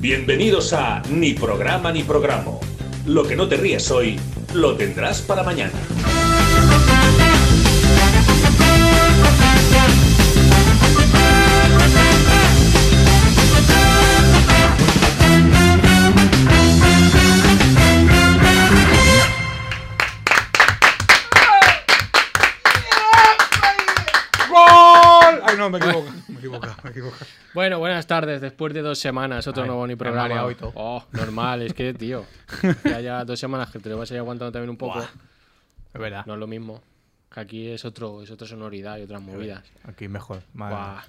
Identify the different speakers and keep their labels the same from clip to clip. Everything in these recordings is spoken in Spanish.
Speaker 1: Bienvenidos a Ni programa ni programa. Lo que no te ríes hoy, lo tendrás para mañana.
Speaker 2: ¡Gol! Ay, no, me equivoco. Me equivoco, me equivoco.
Speaker 3: Bueno, buenas tardes. Después de dos semanas, otro
Speaker 2: Ay,
Speaker 3: nuevo ni
Speaker 2: me he
Speaker 3: programa.
Speaker 2: mareado y todo.
Speaker 3: Oh, normal, es que, tío. Ya, ya dos semanas que te lo vas a ir aguantando también un poco.
Speaker 2: Buah. Es verdad.
Speaker 3: No es lo mismo. Que aquí es otro, es otra sonoridad y otras movidas.
Speaker 2: Aquí mejor. Más,
Speaker 3: Buah,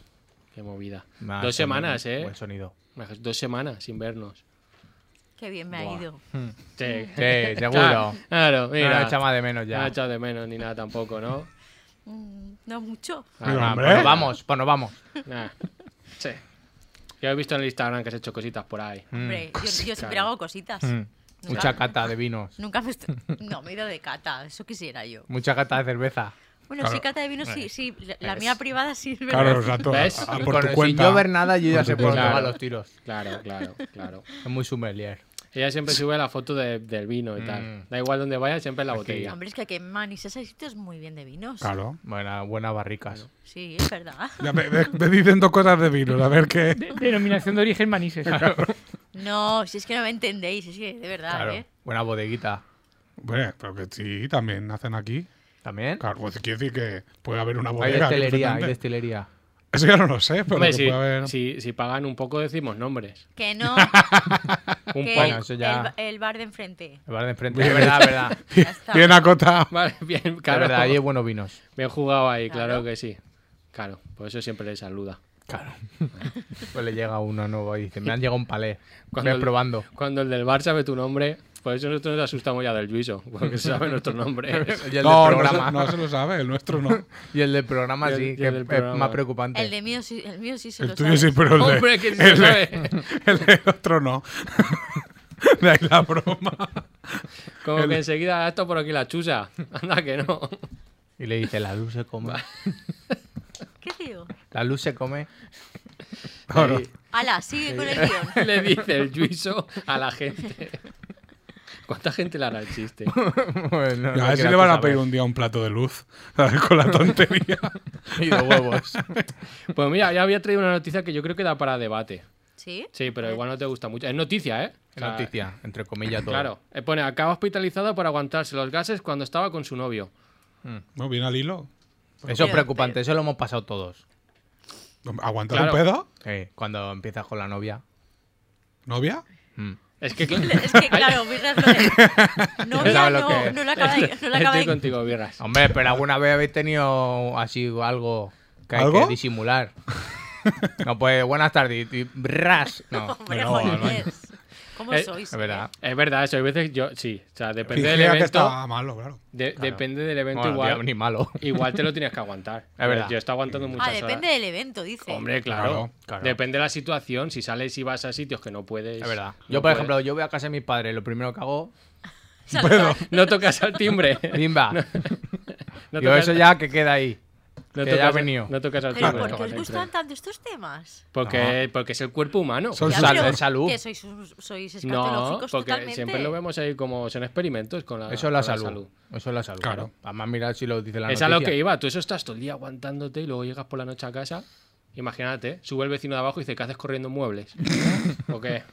Speaker 3: qué movida.
Speaker 4: pues
Speaker 2: más
Speaker 3: dos semanas,
Speaker 2: sonido,
Speaker 3: eh.
Speaker 2: Buen sonido.
Speaker 3: Dos semanas sin vernos.
Speaker 5: Qué bien me ha
Speaker 3: Buah.
Speaker 5: ido.
Speaker 3: Sí.
Speaker 4: Sí, seguro.
Speaker 3: Claro,
Speaker 4: No
Speaker 3: mira.
Speaker 4: lo echa más de menos
Speaker 3: No
Speaker 4: ya.
Speaker 3: he echado de menos ni nada tampoco, ¿no?
Speaker 5: Mm, No mucho.
Speaker 3: Ah,
Speaker 2: Mira,
Speaker 3: ah,
Speaker 2: hombre.
Speaker 4: pues nos vamos, pues nos vamos.
Speaker 3: nah. Sí. Yo he visto en el Instagram que has hecho cositas por ahí.
Speaker 5: Hombre, yo- yo, siempre hago cositas. Nunca-
Speaker 4: Mucha cata de vinos,
Speaker 5: Nunca me estoy... No, me he ido de cata. Eso quisiera yo.
Speaker 4: mucha cata de cerveza.
Speaker 5: Bueno, sí, cata de vino, sí, sí. La, la mía privada sí. es verdad.
Speaker 2: Claro, exacto.
Speaker 3: ¿Ves?
Speaker 2: a- a
Speaker 3: Y
Speaker 2: Ah, por
Speaker 4: Con
Speaker 2: tu
Speaker 4: el-
Speaker 2: cuenta.
Speaker 4: Sin yo ver nada, yo ya
Speaker 2: Por
Speaker 4: sé
Speaker 2: tu
Speaker 4: por dónde
Speaker 3: cuenta.
Speaker 4: van los tiros.
Speaker 3: Claro, claro, claro.
Speaker 4: Es muy sommelier.
Speaker 3: Ella siempre sube la foto de- del vino y tal. Da igual donde vaya, siempre es la botella.
Speaker 5: Hombre, es que aquí en Manis esos sitios muy bien de vinos.
Speaker 2: Claro.
Speaker 4: Buena, buenas barricas.
Speaker 5: Sí, es verdad.
Speaker 2: Ya me, me- me dicen dos cosas de vino, a ver qué.
Speaker 6: De- denominación de origen manises.
Speaker 5: No, si es que no me entendéis, es que de verdad,
Speaker 4: Claro.
Speaker 5: ¿eh?
Speaker 4: Buena bodeguita.
Speaker 2: Bueno, pero que sí, también hacen aquí.
Speaker 4: ¿También?
Speaker 2: Claro, pues quiere decir que puede haber una
Speaker 4: hay
Speaker 2: bodega.
Speaker 4: destilería, hay
Speaker 2: perfectamente.
Speaker 4: destilería.
Speaker 2: Eso ya no lo sé, pero
Speaker 3: Hombre,
Speaker 2: que
Speaker 3: si,
Speaker 2: puede haber.
Speaker 3: si- si pagan un poco, decimos nombres.
Speaker 5: Que no,
Speaker 3: Un
Speaker 5: que
Speaker 4: bueno,
Speaker 3: poco.
Speaker 4: eso ya-
Speaker 5: el, ba- el bar de enfrente.
Speaker 4: El bar de enfrente. Es verdad, es verdad. Es
Speaker 5: Ya está.
Speaker 2: Bien acotado.
Speaker 3: Vale, bien, claro.
Speaker 4: verdad, ahí hay buenos vinos.
Speaker 3: Bien jugado ahí, claro,
Speaker 5: Claro.
Speaker 3: que sí. Claro, por eso siempre le saluda.
Speaker 4: Claro. Pues le llega uno nuevo y dice, me han llegado un palé.
Speaker 3: Cuando
Speaker 4: Voy
Speaker 3: el-
Speaker 4: probando.
Speaker 3: Cuando el del bar sabe tu nombre, por eso nosotros nos asustamos ya del Luiso, porque se sabe nuestro nombre.
Speaker 4: Y el
Speaker 2: No,
Speaker 4: del
Speaker 2: no
Speaker 4: programa.
Speaker 2: se, no se lo sabe, el nuestro no.
Speaker 4: Y el del programa
Speaker 3: Y el-
Speaker 4: sí,
Speaker 3: y el
Speaker 4: que
Speaker 3: del
Speaker 4: es-
Speaker 3: programa.
Speaker 4: es más preocupante.
Speaker 5: El de mío sí, el mío sí se
Speaker 2: El
Speaker 5: lo
Speaker 2: tuyo sí,
Speaker 5: sabe.
Speaker 2: pero el de-
Speaker 3: Hombre, que sí se
Speaker 2: el de-
Speaker 3: sabe.
Speaker 2: El del otro no. De ahí la broma.
Speaker 3: Como que enseguida esto por aquí la chusa. Anda que no.
Speaker 4: Y le dice, la luz se come.
Speaker 5: ¿Qué digo?
Speaker 4: La luz se come.
Speaker 2: Ahora,
Speaker 5: Ala, sigue con el guión.
Speaker 3: Le dice el juicio a la gente. ¿Cuánta gente le hará el chiste?
Speaker 4: Bueno,
Speaker 2: a
Speaker 4: no
Speaker 2: ver si
Speaker 4: quieras
Speaker 2: le van
Speaker 4: tú
Speaker 2: a pedir
Speaker 4: saber.
Speaker 2: un día un plato de luz a ver, con la tontería.
Speaker 4: Y de huevos.
Speaker 3: Pues mira, ya había traído una noticia que yo creo que da para debate.
Speaker 5: ¿Sí?
Speaker 3: Sí, pero igual no te gusta mucho. Es noticia, ¿eh? O sea,
Speaker 4: Noticia, entre comillas todo.
Speaker 3: Claro. Eh, Pone, acaba hospitalizado por aguantarse los gases cuando estaba con su novio.
Speaker 2: No, bien al hilo.
Speaker 4: Eso es
Speaker 5: Pero-
Speaker 4: preocupante,
Speaker 5: pero-
Speaker 4: eso lo hemos pasado todos.
Speaker 2: ¿Aguantar
Speaker 3: Claro.
Speaker 2: un pedo?
Speaker 4: Sí, cuando empiezas con la novia.
Speaker 2: ¿Novia?
Speaker 4: Mm.
Speaker 3: Es que... cl-
Speaker 5: Es que claro, Birras lo de... No, mira,
Speaker 4: Sabes lo que
Speaker 5: no,
Speaker 4: es.
Speaker 5: no lo acaba de... No lo acaba
Speaker 3: Estoy
Speaker 5: de...
Speaker 3: contigo, Birras.
Speaker 4: Hombre, pero alguna vez habéis tenido así algo que hay
Speaker 2: ¿Algo?
Speaker 4: que disimular. No, pues buenas tardes. y- y ras. No,
Speaker 5: Hombre,
Speaker 2: No, no, no.
Speaker 5: jolines. ¿Cómo
Speaker 3: Eh,
Speaker 5: sois? Ah,
Speaker 4: es verdad.
Speaker 3: Es verdad, eso. Hay veces yo... Sí. O sea, depende del
Speaker 2: Fingía que
Speaker 3: evento.
Speaker 2: estaba malo, claro.
Speaker 3: de- Depende del evento
Speaker 4: Bueno,
Speaker 3: igual.
Speaker 4: tío, ni malo.
Speaker 3: Igual te lo tienes que aguantar.
Speaker 4: Es verdad.
Speaker 3: Yo estoy aguantando muchas
Speaker 5: Ah, depende
Speaker 3: horas.
Speaker 5: del evento, dice.
Speaker 3: Hombre, claro.
Speaker 2: Claro,
Speaker 4: claro.
Speaker 3: Depende de la situación. Si sales y vas a sitios que no puedes.
Speaker 4: Es verdad.
Speaker 3: no
Speaker 4: Yo, por
Speaker 3: puedes-
Speaker 4: ejemplo, yo voy a casa de mis padres, lo primero que hago,
Speaker 5: Saludar.
Speaker 3: No tocas al timbre.
Speaker 4: limba.
Speaker 3: No
Speaker 4: Yo
Speaker 3: tocas-
Speaker 4: eso ya que queda ahí.
Speaker 3: no
Speaker 4: que
Speaker 3: tocas-
Speaker 4: ya ha venido.
Speaker 3: No tocas al
Speaker 5: Pero
Speaker 3: timbre.
Speaker 5: ¿por qué os gustan tanto estos temas?
Speaker 3: Porque, porque es el cuerpo humano.
Speaker 2: Son
Speaker 5: Ya,
Speaker 2: sal-
Speaker 5: pero
Speaker 4: es salud.
Speaker 5: Que sois, un- sois
Speaker 3: no,
Speaker 5: escatológicos
Speaker 3: porque
Speaker 5: totalmente.
Speaker 3: siempre lo vemos ahí como son experimentos con la,
Speaker 4: Eso es la
Speaker 3: Ah, con
Speaker 4: salud. Eso es la salud.
Speaker 2: Claro.
Speaker 4: Además, mira si lo dice la
Speaker 3: Es a lo
Speaker 4: noticia.
Speaker 3: que iba. Tú eso estás todo el día aguantándote y luego llegas por la noche a casa. Imagínate, sube el vecino de abajo y dice, ¿qué haces corriendo muebles? ¿O qué?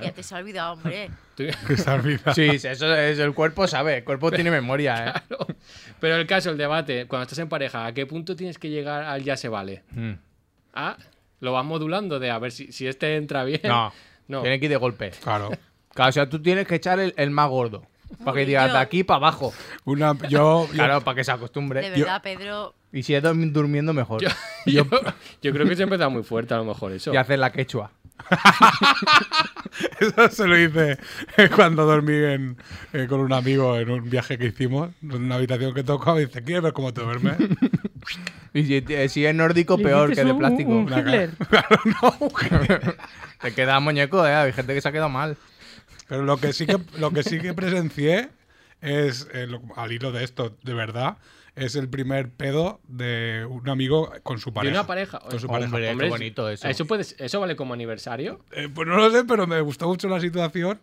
Speaker 5: Ya te se ha olvidado, hombre.
Speaker 3: Tú-
Speaker 2: Esa vida.
Speaker 4: Sí, sí, eso es el cuerpo, sabe. El cuerpo tiene memoria, ¿eh?
Speaker 3: Claro. Pero el caso, el debate, cuando estás en pareja, ¿a qué punto tienes que llegar al ya se vale?
Speaker 4: Mm.
Speaker 3: Ah, lo vas modulando de a ver si, si este entra bien.
Speaker 4: No,
Speaker 3: No.
Speaker 4: tiene que ir de golpe.
Speaker 2: Claro.
Speaker 4: Claro, o sea, tú tienes que echar el, el más gordo. Para que
Speaker 5: Uy,
Speaker 4: digas
Speaker 5: yo.
Speaker 4: de aquí para abajo.
Speaker 2: Una, yo, yo-
Speaker 4: Claro, para que se acostumbre.
Speaker 5: De verdad, Pedro.
Speaker 4: Y si es dormi- durmiendo, mejor.
Speaker 3: Yo, yo- yo creo que se empezado muy fuerte a lo mejor eso.
Speaker 4: Y hacer la quechua.
Speaker 2: eso se lo hice cuando dormí en- eh, con un amigo en un viaje que hicimos, en una habitación que tocaba, y dice, ¿quieres ver cómo te duermes?
Speaker 4: Y si, eh, si es nórdico, peor que de plástico.
Speaker 6: Un, un Hitler.
Speaker 4: Te queda muñeco, ¿eh? Hay gente que se ha quedado mal.
Speaker 2: Pero lo que sí que, lo que, sí que presencié es, eh, lo- al hilo de esto, de verdad, es el primer pedo de un amigo con su
Speaker 3: De
Speaker 2: pareja.
Speaker 3: una pareja.
Speaker 2: Con su
Speaker 4: Hombre,
Speaker 2: pareja.
Speaker 4: qué
Speaker 3: Hombre,
Speaker 4: bonito eso.
Speaker 3: Eso, puede, eso vale como aniversario.
Speaker 2: Eh, pues no lo sé, pero me gustó mucho la situación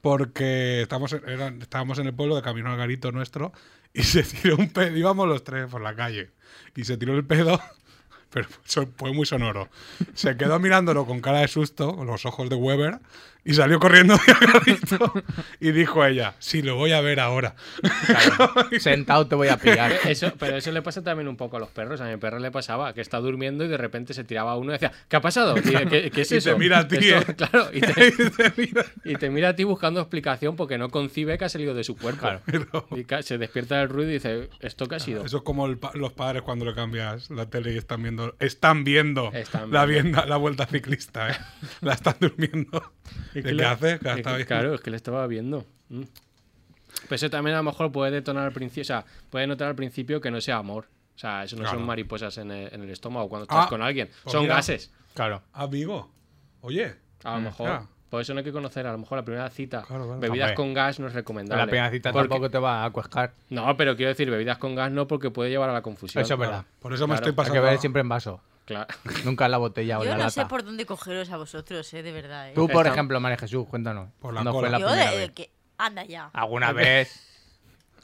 Speaker 2: porque estamos en- eran- estábamos en el pueblo de camino al garito nuestro y se tiró un pedo, íbamos los tres por la calle y se tiró el pedo, pero so- fue muy sonoro. Se quedó mirándolo con cara de susto, con los ojos de Weber y salió corriendo del garito y dijo ella, sí, lo voy a ver ahora.
Speaker 4: Claro. Sentado te voy a pillar.
Speaker 3: Eh, Eso, pero eso le pasa también un poco a los perros. A mi perro le pasaba que está durmiendo y de repente se tiraba uno y decía, ¿qué ha pasado? ¿Qué, qué- qué es
Speaker 2: Y te
Speaker 3: eso?
Speaker 2: mira a ti,
Speaker 3: Esto-
Speaker 2: eh.
Speaker 3: claro, y te, y te mira a ti buscando explicación porque no concibe que ha salido de su cuerpo. Y ca- se despierta del ruido y dice, ¿esto qué ha sido?
Speaker 2: Eso es como el pa- los padres cuando le cambias la tele y están viendo, están viendo,
Speaker 3: Están
Speaker 2: La, vienda- la vuelta ciclista, ¿eh? la están durmiendo. ¿Y ¿Qué,
Speaker 3: Es que le-
Speaker 2: haces? Que la
Speaker 3: es
Speaker 2: está
Speaker 3: que-
Speaker 2: viendo.
Speaker 3: Claro, es que le estaba viendo. Mm. Pero eso también a lo mejor puede detonar al principio, o sea, puede notar al principio que no sea amor. O sea, eso no
Speaker 2: Claro.
Speaker 3: son mariposas en el, en el estómago cuando estás
Speaker 2: Ah,
Speaker 3: con alguien.
Speaker 2: pues
Speaker 3: son
Speaker 2: mira.
Speaker 3: gases.
Speaker 4: Claro.
Speaker 2: Amigo, oye,
Speaker 3: A lo mejor.
Speaker 2: claro.
Speaker 3: Por eso no hay que conocer, a lo mejor la primera cita.
Speaker 2: Claro, claro.
Speaker 3: Bebidas
Speaker 4: Hombre.
Speaker 3: con gas no es
Speaker 4: Pero
Speaker 3: recomendable.
Speaker 4: La primera cita
Speaker 3: Porque-
Speaker 4: tampoco te va a cuescar.
Speaker 3: No, pero quiero decir, bebidas con gas no porque puede llevar a la confusión.
Speaker 4: Eso es verdad.
Speaker 2: por eso me
Speaker 3: Claro,
Speaker 2: estoy
Speaker 4: Hay que
Speaker 2: pasando.
Speaker 4: beber siempre en vaso.
Speaker 3: Claro.
Speaker 4: Nunca en la botella o en
Speaker 5: Yo
Speaker 4: la
Speaker 5: no
Speaker 4: lata.
Speaker 5: sé por dónde cogeros a vosotros, eh, de verdad. eh.
Speaker 4: Tú, por
Speaker 3: Está-
Speaker 4: ejemplo, María Jesús, cuéntanos.
Speaker 2: Por la
Speaker 4: ¿Cuándo
Speaker 2: cola.
Speaker 4: fue la
Speaker 5: Yo
Speaker 4: primera
Speaker 5: de-
Speaker 4: vez?
Speaker 5: que anda ya,
Speaker 4: ¿Alguna vez?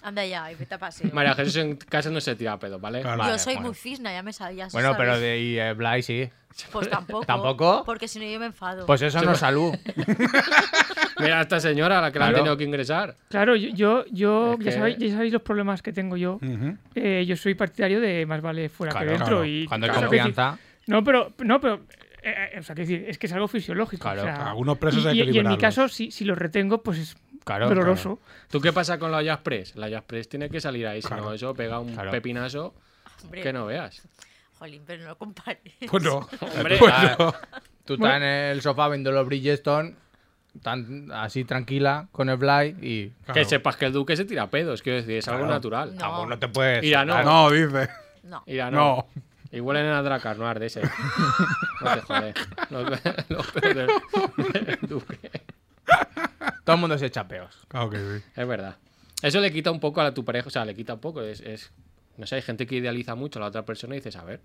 Speaker 5: anda ya, y vete a paseo.
Speaker 3: María Jesús en casa no se tira pedo, ¿vale?
Speaker 2: Claro.
Speaker 4: Vale,
Speaker 5: yo soy
Speaker 4: bueno.
Speaker 5: muy cisna, ya me sabías.
Speaker 4: Bueno, pero
Speaker 5: ¿sabes?
Speaker 4: de y, eh, Blay sí.
Speaker 5: Pues tampoco.
Speaker 4: ¿Tampoco?
Speaker 5: Porque si no yo me enfado.
Speaker 4: Pues eso no es salud.
Speaker 3: Mira a esta señora a la que la han
Speaker 4: Claro.
Speaker 3: tenido que ingresar.
Speaker 6: Claro, yo, yo, yo-
Speaker 3: Es
Speaker 6: ya,
Speaker 3: que-
Speaker 6: sabéis, ya sabéis los problemas que tengo yo.
Speaker 2: Ujú.
Speaker 6: Eh, yo soy partidario de más vale fuera
Speaker 4: Claro,
Speaker 6: que dentro.
Speaker 2: Mm. claro.
Speaker 6: Y,
Speaker 4: Cuando hay
Speaker 6: claro,
Speaker 4: confianza.
Speaker 6: que sí. No, pero, no, pero eh, eh, o sea, que decir, es que es algo fisiológico.
Speaker 4: Claro,
Speaker 6: o sea,
Speaker 2: algunos presos
Speaker 6: y,
Speaker 2: hay que
Speaker 6: y- y en mi
Speaker 2: liberarlos.
Speaker 6: caso, si, si los retengo, pues es
Speaker 4: Claro,
Speaker 6: doloroso.
Speaker 3: ¿Tú qué pasa con la Jazz Press? La Jazz Press tiene que salir ahí, si no, eso pega un
Speaker 4: Claro.
Speaker 3: pepinazo
Speaker 5: Hombre,
Speaker 3: que no veas.
Speaker 5: Jolín, pero no lo compares.
Speaker 2: Pues no.
Speaker 3: Hombre,
Speaker 2: Pues
Speaker 4: ah,
Speaker 2: no.
Speaker 4: Tú estás en el sofá viendo los Bridgestone, tan así tranquila con el Blay y.
Speaker 2: Claro.
Speaker 3: Que sepas que el duque se tira pedos, quiero decir, es algo natural.
Speaker 5: No.
Speaker 4: Tampoco te puedes.
Speaker 3: Mira, no.
Speaker 4: Claro.
Speaker 2: No, dice.
Speaker 5: No.
Speaker 3: Mira,
Speaker 2: No.
Speaker 3: no. Igual en Adracar, no arde ese. No te jodes. Los, los pedos del- del duque.
Speaker 4: Todo el mundo se echa peos.
Speaker 2: Claro que sí.
Speaker 3: Es verdad. Eso le quita un poco a la- tu pareja, o sea, le quita un poco. Es, es- no sé, hay gente que idealiza mucho a la otra persona y dices, a ver,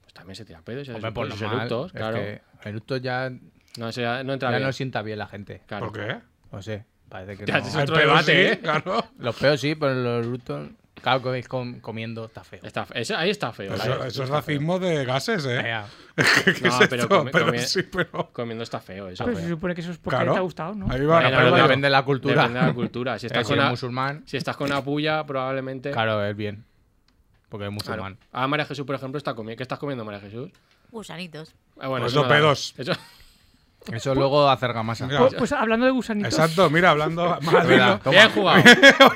Speaker 3: pues también se tira pedos, se
Speaker 4: Hombre,
Speaker 3: des-
Speaker 4: por lo
Speaker 3: sus
Speaker 4: mal,
Speaker 3: eructos,
Speaker 4: es
Speaker 3: claro.
Speaker 4: que eructos ya,
Speaker 3: No, eso ya no entra
Speaker 4: ya
Speaker 3: bien.
Speaker 4: no sienta bien la gente.
Speaker 3: Claro.
Speaker 2: ¿Por qué? Ah,
Speaker 4: No sé, parece que
Speaker 3: Ya,
Speaker 4: no.
Speaker 3: eso Es otro
Speaker 2: El pedo
Speaker 3: debate,
Speaker 2: sí,
Speaker 3: ¿eh?
Speaker 2: Claro.
Speaker 4: Los peos sí, pero los eructos, claro que vais com- comiendo, está feo.
Speaker 3: Está fe- eso- ahí está feo. la-
Speaker 2: Eso, eso es racismo de gases, ¿eh?
Speaker 4: Vaya.
Speaker 2: ¿Qué es
Speaker 3: No, pero
Speaker 2: esto?
Speaker 3: come- come-
Speaker 2: sí, pero.
Speaker 3: Comiendo está feo, eso. feo.
Speaker 4: Pues
Speaker 6: Pero Pues se supone que eso es porque
Speaker 2: Claro.
Speaker 6: te ha gustado, ¿no?
Speaker 2: Ahí va.
Speaker 4: Bueno,
Speaker 3: Bueno,
Speaker 4: pero
Speaker 3: bueno.
Speaker 4: depende de la cultura.
Speaker 3: Depende de la cultura. Si
Speaker 4: Eh,
Speaker 3: estás
Speaker 4: si
Speaker 3: con
Speaker 4: eres
Speaker 3: una,
Speaker 4: musulmán,
Speaker 3: si estás con una puya, probablemente.
Speaker 4: claro, es bien. Porque es
Speaker 3: Claro.
Speaker 4: musulmán.
Speaker 3: Ah, María Jesús, por ejemplo, está comiendo. ¿Qué estás comiendo, María Jesús?
Speaker 5: Gusanitos.
Speaker 3: Ah, bueno,
Speaker 2: Pues
Speaker 3: eso
Speaker 2: no
Speaker 3: da-
Speaker 2: pedos.
Speaker 3: eso-
Speaker 4: Eso luego acerca más.
Speaker 2: Mira,
Speaker 6: Pues, pues hablando de gusanitos.
Speaker 2: Exacto, mira, hablando.
Speaker 4: Es verdad,
Speaker 2: Madre,
Speaker 4: toma.
Speaker 3: Bien jugado.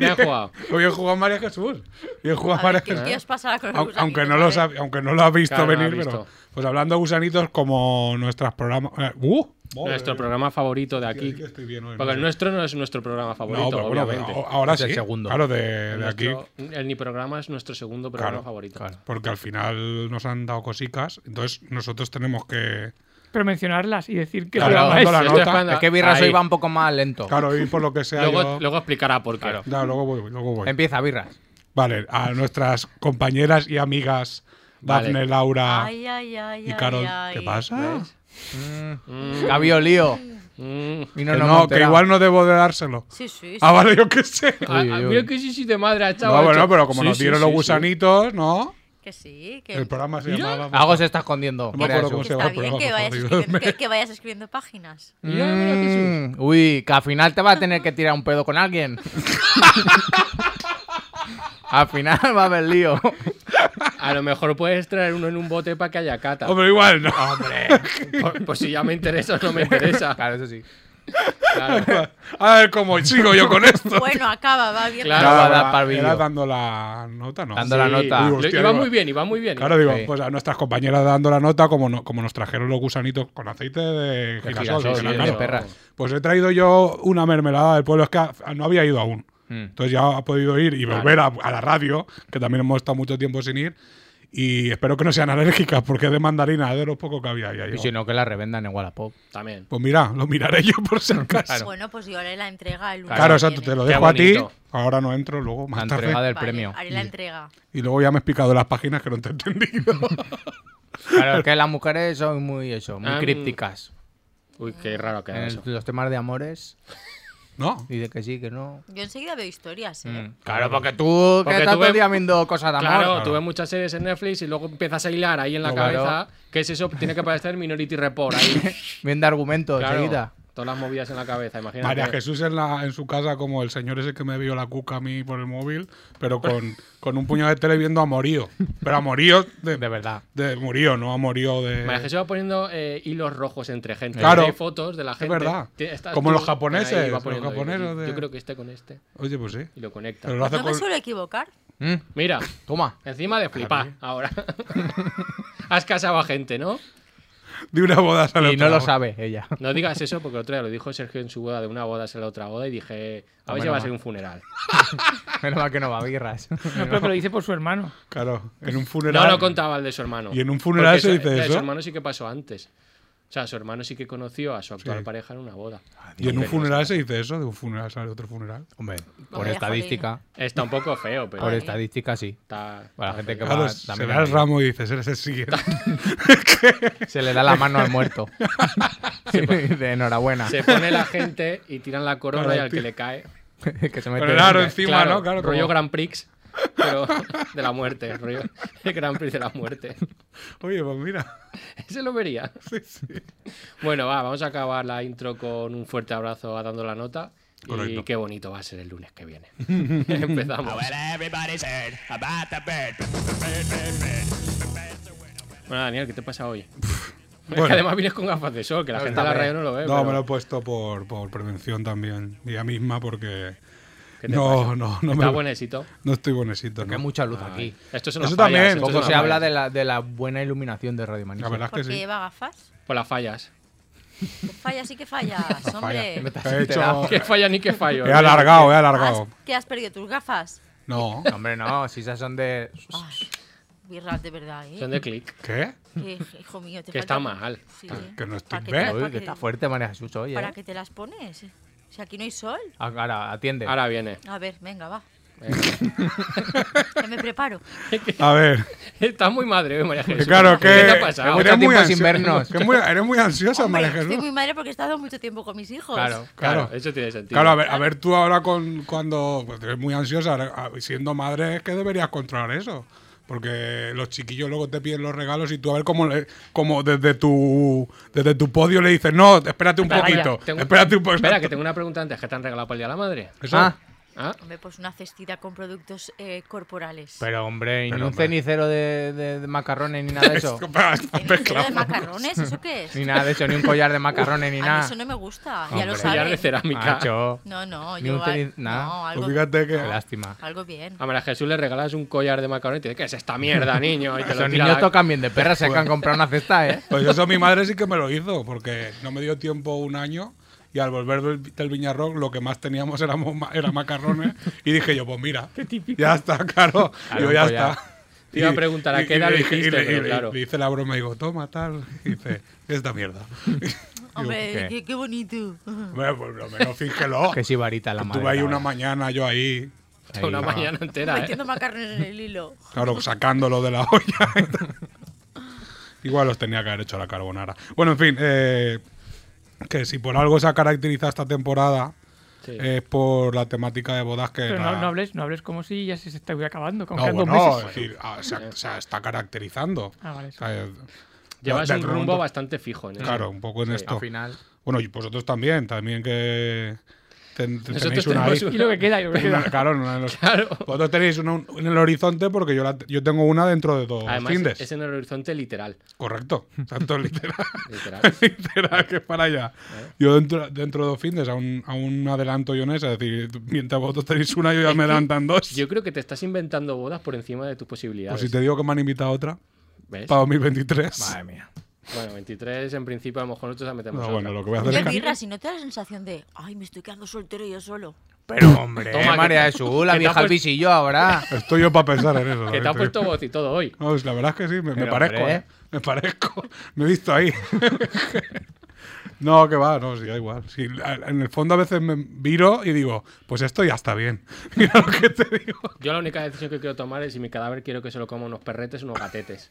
Speaker 3: Bien jugado.
Speaker 2: ¿no? Bien jugado María Jesús. Bien jugado
Speaker 5: A
Speaker 2: María
Speaker 5: ver, ¿qué,
Speaker 2: Jesús.
Speaker 5: qué os pasará con los
Speaker 2: Au- Aunque
Speaker 5: gusanitos,
Speaker 2: no, lo
Speaker 5: ¿vale?
Speaker 2: sab- aunque no lo has visto
Speaker 3: Claro, no lo
Speaker 2: venir,
Speaker 3: has
Speaker 2: pero.
Speaker 3: visto.
Speaker 2: Pues hablando de gusanitos, como nuestros programas. eh, ¡Uh! Madre
Speaker 3: Nuestro
Speaker 2: mía.
Speaker 3: programa favorito de
Speaker 2: Sí,
Speaker 3: aquí.
Speaker 2: sí que estoy bien hoy,
Speaker 3: Porque
Speaker 2: no
Speaker 3: el
Speaker 2: sé.
Speaker 3: nuestro no es nuestro programa favorito,
Speaker 2: pero bueno,
Speaker 3: obviamente.
Speaker 2: a- ahora
Speaker 4: Es
Speaker 2: sí.
Speaker 4: el segundo.
Speaker 2: Claro, de, de aquí.
Speaker 3: Nuestro- El Ni Programa es nuestro segundo programa
Speaker 2: Claro,
Speaker 3: favorito.
Speaker 4: claro.
Speaker 2: Porque al final nos han dado cosicas. Entonces nosotros tenemos que.
Speaker 6: Pero mencionarlas y decir que
Speaker 2: Claro,
Speaker 6: programa
Speaker 2: dando
Speaker 6: es.
Speaker 2: la
Speaker 3: Yo
Speaker 2: nota.
Speaker 3: estoy esperando-
Speaker 4: Es que Birras
Speaker 3: Ahí.
Speaker 4: hoy va un poco más lento.
Speaker 2: Claro, y por lo que sea.
Speaker 3: Luego,
Speaker 2: yo-
Speaker 3: luego explicará por qué.
Speaker 2: Ya, luego voy, luego voy.
Speaker 4: Empieza, Birras.
Speaker 2: Vale, a nuestras compañeras y amigas, Dafne,
Speaker 3: Vale.
Speaker 2: Laura
Speaker 5: Ay, ay, ay,
Speaker 2: y
Speaker 5: ay,
Speaker 2: Carol.
Speaker 5: ay.
Speaker 2: ¿Qué pasa?
Speaker 4: Cabio lío.
Speaker 3: Mm.
Speaker 4: Vino
Speaker 2: Que
Speaker 4: no
Speaker 2: no, que
Speaker 4: Montera.
Speaker 2: igual no debo de dárselo.
Speaker 5: Sí, sí, sí.
Speaker 2: Ah, vale, yo qué sé.
Speaker 3: Ah,
Speaker 4: Uy,
Speaker 3: ah,
Speaker 4: uy,
Speaker 3: mira
Speaker 4: uy.
Speaker 3: que sí, sí, de madre, ha
Speaker 2: No,
Speaker 3: chaval.
Speaker 2: bueno, pero como
Speaker 3: Sí,
Speaker 2: nos
Speaker 3: sí,
Speaker 2: dieron
Speaker 3: sí,
Speaker 2: los
Speaker 3: sí.
Speaker 2: gusanitos, ¿no?
Speaker 5: Que sí, que,
Speaker 2: El programa se
Speaker 3: Mira.
Speaker 2: llamaba.
Speaker 4: Algo se está escondiendo.
Speaker 2: No me
Speaker 4: María
Speaker 2: acuerdo cómo
Speaker 5: que
Speaker 4: Jesús.
Speaker 2: se llama
Speaker 5: está
Speaker 2: el programa.
Speaker 5: bien que vayas,
Speaker 2: por
Speaker 5: escribiendo,
Speaker 2: favor,
Speaker 5: que, que vayas escribiendo páginas.
Speaker 3: Mira, mira, Jesús.
Speaker 4: Mm, Uy, que al final te va a tener que tirar un pedo con alguien. al final va a haber lío.
Speaker 3: A lo mejor puedes traer uno en un bote para que haya cata.
Speaker 2: Hombre, igual no.
Speaker 4: Ah,
Speaker 3: Eh, Por- Pues si ya me interesa o no me interesa.
Speaker 4: Claro, eso sí.
Speaker 3: Claro.
Speaker 2: A ver cómo sigo yo con esto.
Speaker 5: Bueno, acaba, va bien.
Speaker 3: Claro.
Speaker 4: va a
Speaker 2: Nada,
Speaker 4: dar pa'l
Speaker 2: era
Speaker 4: vídeo.
Speaker 2: dando la nota, ¿no?
Speaker 4: Dando la nota.
Speaker 2: Uy, hostia,
Speaker 3: iba
Speaker 2: digo-
Speaker 3: muy bien, iba muy bien.
Speaker 2: Claro, digo,
Speaker 4: Sí.
Speaker 2: pues a nuestras compañeras dando la nota, como, no- como nos trajeron los gusanitos con aceite de girasol.
Speaker 4: girasol,
Speaker 2: que
Speaker 4: sí,
Speaker 2: era
Speaker 4: de
Speaker 2: caro.
Speaker 4: perras.
Speaker 2: Pues he traído yo una mermelada del pueblo, es que a- no había ido aún.
Speaker 4: Mm.
Speaker 2: Entonces ya ha podido ir y volver a, a la radio, que también hemos estado mucho tiempo sin ir. Y espero que no sean alérgicas, porque es de mandarina, es de lo poco que había ahí. ahí.
Speaker 4: Y si no, que la revendan en Wallapop.
Speaker 3: También.
Speaker 2: Pues mira, lo miraré yo por si acaso.
Speaker 4: Claro.
Speaker 2: Claro,
Speaker 5: Bueno, pues yo haré la entrega el lunes.
Speaker 4: Claro,
Speaker 5: que
Speaker 2: exacto,
Speaker 5: viene.
Speaker 2: te lo
Speaker 3: Qué
Speaker 2: dejo a ti.
Speaker 3: bonito.
Speaker 2: Ahora no entro, luego más
Speaker 4: La
Speaker 2: tarde.
Speaker 4: entrega del
Speaker 5: Vale,
Speaker 4: premio.
Speaker 5: Haré la entrega.
Speaker 2: Y luego ya me he explicado las páginas que no te he entendido.
Speaker 4: Claro, es que las mujeres son muy eso, muy
Speaker 3: Ah, mm.
Speaker 4: crípticas.
Speaker 3: Uy, qué raro ha
Speaker 4: En
Speaker 3: quedado
Speaker 4: el-
Speaker 3: eso.
Speaker 4: los temas de amores,
Speaker 2: ¿No?
Speaker 4: dice que sí, que no.
Speaker 5: Yo enseguida veo historias, ¿eh?
Speaker 4: Mm. Claro, porque tú
Speaker 3: Porque
Speaker 4: que
Speaker 3: tú
Speaker 4: estás todo
Speaker 3: ves-
Speaker 4: el día viendo cosas de amor.
Speaker 3: Claro, tú ves muchas series en Netflix y luego empiezas a hilar ahí en la
Speaker 4: No,
Speaker 3: cabeza.
Speaker 4: claro.
Speaker 3: ¿Qué es eso? Tiene que aparecer Minority Report ahí.
Speaker 4: Viendo argumentos
Speaker 3: Claro,
Speaker 4: enseguida.
Speaker 3: Todas las movidas en la cabeza, imagínate.
Speaker 2: María Jesús en, la, en su casa, como el señor ese que me vio la cuca a mí por el móvil, pero con, con un puñado de tele viendo a Morío. Pero a Morío de,
Speaker 4: De verdad.
Speaker 2: de Morío, no a Morío de.
Speaker 3: María Jesús va poniendo eh, hilos rojos entre gente.
Speaker 2: Claro.
Speaker 3: Hay fotos de la gente.
Speaker 2: verdad.
Speaker 3: Ti- estás
Speaker 2: Como
Speaker 3: tú
Speaker 2: los
Speaker 3: ahí,
Speaker 2: japoneses,
Speaker 3: va
Speaker 2: los
Speaker 3: poniendo, y-
Speaker 2: japoneses de-
Speaker 3: Yo creo que este con este.
Speaker 2: Oye, pues sí.
Speaker 3: Y lo conecta.
Speaker 2: Pero lo hace Ah,
Speaker 5: No me
Speaker 2: con-
Speaker 5: suelo equivocar.
Speaker 4: Mm,
Speaker 3: Mira,
Speaker 4: Toma.
Speaker 3: encima de flipar ahora. Has casado a gente, ¿no?
Speaker 2: de una boda sale
Speaker 4: Y no
Speaker 2: otra
Speaker 4: lo
Speaker 2: boda.
Speaker 4: sabe ella.
Speaker 3: No digas eso porque el otro día lo dijo Sergio en su boda de una boda a la otra boda y dije, a ver si
Speaker 4: menos
Speaker 3: va a ser
Speaker 4: mal.
Speaker 3: un funeral.
Speaker 4: Menos mal que no va a birras.
Speaker 6: No, pero, pero lo dice por su hermano.
Speaker 2: Claro, en un
Speaker 3: No
Speaker 2: funeral.
Speaker 3: lo contaba el de su hermano.
Speaker 2: Y en un funeral
Speaker 3: Porque
Speaker 2: se
Speaker 3: su-
Speaker 2: dice
Speaker 3: eh,
Speaker 2: eso.
Speaker 3: Su hermano sí que pasó antes. O sea, su hermano sí que conoció a su actual
Speaker 2: Sí.
Speaker 3: pareja en una boda.
Speaker 2: Y en un
Speaker 3: Pero
Speaker 2: funeral se dice eso, de un funeral sale otro funeral.
Speaker 4: Hombre, por
Speaker 5: Hombre,
Speaker 4: estadística.
Speaker 3: Está un poco feo, pero
Speaker 4: Por
Speaker 5: Ay.
Speaker 4: estadística, sí.
Speaker 3: está...
Speaker 4: Para la
Speaker 3: está
Speaker 4: gente que
Speaker 3: feo.
Speaker 4: va
Speaker 2: Claro,
Speaker 4: también
Speaker 2: será el
Speaker 4: ahí.
Speaker 2: ramo y dices, eres el siguiente.
Speaker 4: Se le da la mano al muerto. de enhorabuena.
Speaker 3: Se pone la gente y tiran la corona
Speaker 2: Claro,
Speaker 3: y al que
Speaker 2: tío.
Speaker 3: le cae...
Speaker 4: que se mete
Speaker 2: Pero claro,
Speaker 4: en-
Speaker 2: encima,
Speaker 3: claro,
Speaker 2: ¿no? Claro, como-
Speaker 3: rollo Grand Prix, pero de la muerte. Rollo el Grand Prix de la muerte.
Speaker 2: Oye, pues mira.
Speaker 3: Ese lo vería. Bueno, va, vamos a acabar la intro con un fuerte abrazo a dando la nota. Y
Speaker 2: Correcto.
Speaker 3: qué bonito va a ser el lunes que viene. Empezamos. Bueno, Daniel, ¿qué te pasa hoy? Es que
Speaker 2: Bueno.
Speaker 3: además vienes con gafas de sol, que la gente de la radio no lo ve.
Speaker 2: No,
Speaker 3: pero-
Speaker 2: me lo he puesto por, por prevención también. Mía misma, porque.
Speaker 3: ¿Qué te pasa?
Speaker 2: No, no, no,
Speaker 3: Está
Speaker 2: me,
Speaker 3: buenecito.
Speaker 2: no estoy buenecito.
Speaker 4: Porque hay
Speaker 2: ¿no?
Speaker 4: mucha luz aquí.
Speaker 3: Esto se nos
Speaker 2: Eso
Speaker 3: fallas,
Speaker 2: también,
Speaker 3: esto
Speaker 4: Poco
Speaker 3: nos
Speaker 4: se habla
Speaker 3: fallas.
Speaker 4: de la, de la buena iluminación de Radio Manisa.
Speaker 2: La verdad
Speaker 5: Porque
Speaker 2: es que sí.
Speaker 5: lleva gafas.
Speaker 3: Por las fallas.
Speaker 5: Pues falla, sí que fallas, hombre.
Speaker 2: Falla.
Speaker 4: estás
Speaker 2: He
Speaker 4: enterado.
Speaker 2: hecho.
Speaker 3: Que falla ni que fallo.
Speaker 2: He alargado, he alargado.
Speaker 5: ¿Has- ¿Qué has perdido tus gafas?
Speaker 2: No.
Speaker 4: No, Hombre, no, si esas son de.
Speaker 5: Ay, birras de verdad, ¿eh?
Speaker 3: Son de clic.
Speaker 2: ¿Qué?
Speaker 5: Que, hijo mío, te
Speaker 3: Que
Speaker 5: falta-
Speaker 3: está mal.
Speaker 5: Sí,
Speaker 2: Que-
Speaker 5: ¿eh?
Speaker 2: que no estoy
Speaker 5: ¿Para qué
Speaker 2: bien.
Speaker 5: te-
Speaker 4: Uy,
Speaker 5: para
Speaker 4: que
Speaker 5: qué-
Speaker 4: está fuerte María Jesús hoy,
Speaker 5: ¿Para
Speaker 4: eh.
Speaker 5: qué te las pones? Si aquí no hay sol.
Speaker 4: Ahora, atiende.
Speaker 3: Ahora viene.
Speaker 5: A ver, venga, va. que me preparo.
Speaker 2: A ver.
Speaker 3: Está muy madre hoy, María Jesús.
Speaker 2: Eh, Claro, que.
Speaker 3: ¿Qué te ha pasado?
Speaker 4: Mucho
Speaker 2: eres muy
Speaker 4: tiempo sin
Speaker 2: ansio-
Speaker 4: vernos.
Speaker 2: que muy- Eres muy ansiosa,
Speaker 5: Hombre,
Speaker 2: María
Speaker 5: estoy
Speaker 2: Jesús.
Speaker 5: muy madre porque he estado mucho tiempo con mis hijos.
Speaker 3: Claro,
Speaker 2: Claro.
Speaker 3: claro, eso tiene sentido.
Speaker 2: Claro, a
Speaker 4: ¿eh?
Speaker 2: ver, a ver tú ahora con, cuando pues, eres muy ansiosa, ahora, a- siendo madre, es que deberías controlar eso. Porque los chiquillos luego te piden los regalos y tú a ver cómo, le- cómo desde, tu, desde tu podio le dices, no, espérate un
Speaker 3: Espera,
Speaker 2: poquito,
Speaker 3: vaya, tengo-
Speaker 2: espérate un poquito.
Speaker 3: Espera, que tengo una pregunta antes. ¿Qué te han regalado para el día de la madre?
Speaker 2: Eso.
Speaker 4: Ah,
Speaker 3: Ah,
Speaker 5: Hombre, pues una cestita con productos eh, corporales.
Speaker 4: pero hombre, y ni
Speaker 2: Pero,
Speaker 4: un
Speaker 2: hombre.
Speaker 4: cenicero de, de- de macarrones ni nada de eso.
Speaker 5: ¿En un kilo ¿Eh? de macarrones? ¿Eso qué es?
Speaker 4: pues, Ni nada de eso, ni un collar de macarrones ni
Speaker 5: A mí
Speaker 4: nada.
Speaker 5: eso Ah, no me gusta, ya
Speaker 4: Hombre.
Speaker 5: lo
Speaker 3: collar de
Speaker 5: sabes.
Speaker 3: cerámica.
Speaker 4: Macho.
Speaker 5: No, no,
Speaker 4: Ni
Speaker 5: yo
Speaker 4: un
Speaker 5: al-
Speaker 4: tenis- nada. Ah,
Speaker 5: no,
Speaker 2: Pues
Speaker 5: algo,
Speaker 2: fíjate
Speaker 4: Qué
Speaker 2: que...
Speaker 4: lástima.
Speaker 5: algo bien.
Speaker 3: A María Jesús le regalas un collar de macarrones y te dice, ¿qué es esta mierda, niño? Y te lo
Speaker 4: Los
Speaker 3: tira
Speaker 4: niños
Speaker 3: la-
Speaker 4: tocan bien de perra, se han comprado una cesta, eh.
Speaker 2: Pues eso mi madre sí que me lo hizo, porque no me dio tiempo un año y al volver del, del Viñarroc lo que más teníamos éramos ma- era macarrones y dije yo, pues mira, ya está, claro,
Speaker 4: Claro,
Speaker 2: yo ya
Speaker 4: pues ya.
Speaker 2: está.
Speaker 3: Te iba a
Speaker 2: Y-
Speaker 3: preguntar, ¿a
Speaker 2: y-
Speaker 3: qué
Speaker 2: y
Speaker 3: edad
Speaker 2: le
Speaker 3: lo
Speaker 2: dije- y
Speaker 3: hiciste?
Speaker 2: le-
Speaker 3: Pero
Speaker 2: y le-
Speaker 3: claro.
Speaker 2: le hice la broma y digo, toma, tal, y dice, esta mierda.
Speaker 5: Hombre,
Speaker 4: ¿qué?
Speaker 5: qué, qué bonito.
Speaker 2: Bueno, por pues lo menos fíjelo.
Speaker 4: Que sí, varita la madre.
Speaker 2: Tuve ahí
Speaker 4: la
Speaker 2: una
Speaker 4: verdad.
Speaker 2: mañana yo ahí,
Speaker 4: Ahí.
Speaker 3: una mañana entera, ¿eh?
Speaker 5: Metiendo macarrones en el hilo.
Speaker 2: claro, sacándolo de la olla. y tal. Igual los tenía que haber hecho a la carbonara. Bueno, en fin, eh, que si por algo se ha caracterizado esta temporada
Speaker 3: Sí.
Speaker 2: es por la temática de bodas que...
Speaker 6: Pero
Speaker 2: la-
Speaker 6: no, no hables, no hables como si ya se estuviera acabando. Con
Speaker 2: No,
Speaker 6: quedan dos
Speaker 2: bueno, es
Speaker 6: meses.
Speaker 2: decir, ah, se, ha- se ha- está caracterizando.
Speaker 6: Ah, vale,
Speaker 2: O sea, eh,
Speaker 3: Llevas
Speaker 2: de-
Speaker 3: un
Speaker 2: de
Speaker 3: rumbo
Speaker 2: pronto-
Speaker 3: bastante fijo en eso.
Speaker 2: Claro, un poco en
Speaker 4: Al
Speaker 2: esto.
Speaker 4: final.
Speaker 2: Bueno, y vosotros también, también que ten-
Speaker 3: Nosotros
Speaker 2: tenéis una
Speaker 3: tenemos
Speaker 2: ahí.
Speaker 6: Y lo que queda, yo creo que
Speaker 2: Una-
Speaker 6: queda.
Speaker 2: claro, una en los-
Speaker 3: Claro.
Speaker 2: vosotros tenéis una un- en el horizonte porque yo, la- yo tengo una dentro de dos
Speaker 3: Además,
Speaker 2: findes.
Speaker 3: es en el horizonte literal.
Speaker 2: Correcto. Tanto literal,
Speaker 3: Literal.
Speaker 2: literal que es para allá. Yo dentro, dentro de dos findes, aún, aún adelanto yo en esa. Es decir, mientras vosotros tenéis una, yo ya me adelantan dos.
Speaker 3: Yo creo que te estás inventando bodas por encima de tus posibilidades.
Speaker 2: Pues si te digo que me han invitado a otra
Speaker 3: ¿Ves?
Speaker 2: para 2023.
Speaker 4: Madre mía.
Speaker 3: Bueno, 23 en principio, a lo mejor nosotros la metemos.
Speaker 2: No,
Speaker 3: pues otra.
Speaker 2: bueno, lo que voy a
Speaker 5: Yo
Speaker 2: hacer es
Speaker 5: en
Speaker 2: que-
Speaker 5: birra, si no te da la sensación de, ay, me estoy quedando soltero yo solo.
Speaker 4: Pero hombre,
Speaker 3: Toma, que-
Speaker 4: María Jesús, la
Speaker 3: que te
Speaker 4: vieja
Speaker 3: ha
Speaker 4: al
Speaker 3: puesto-
Speaker 4: pisillo ahora.
Speaker 2: Estoy yo para pensar en eso.
Speaker 3: Que te ha
Speaker 2: ¿sabes?
Speaker 3: puesto voz y todo hoy.
Speaker 2: No, pues la verdad es que sí, me, me
Speaker 4: Pero,
Speaker 2: parezco,
Speaker 4: hombre.
Speaker 2: ¿eh? Me parezco. Me he visto ahí. no, que va, no, sí, da igual. Sí, a- en el fondo a veces me viro y digo, pues esto ya está bien. Mira lo que te digo.
Speaker 3: Yo la única decisión que quiero tomar es si mi cadáver quiero que se lo coman unos perretes o unos gatetes.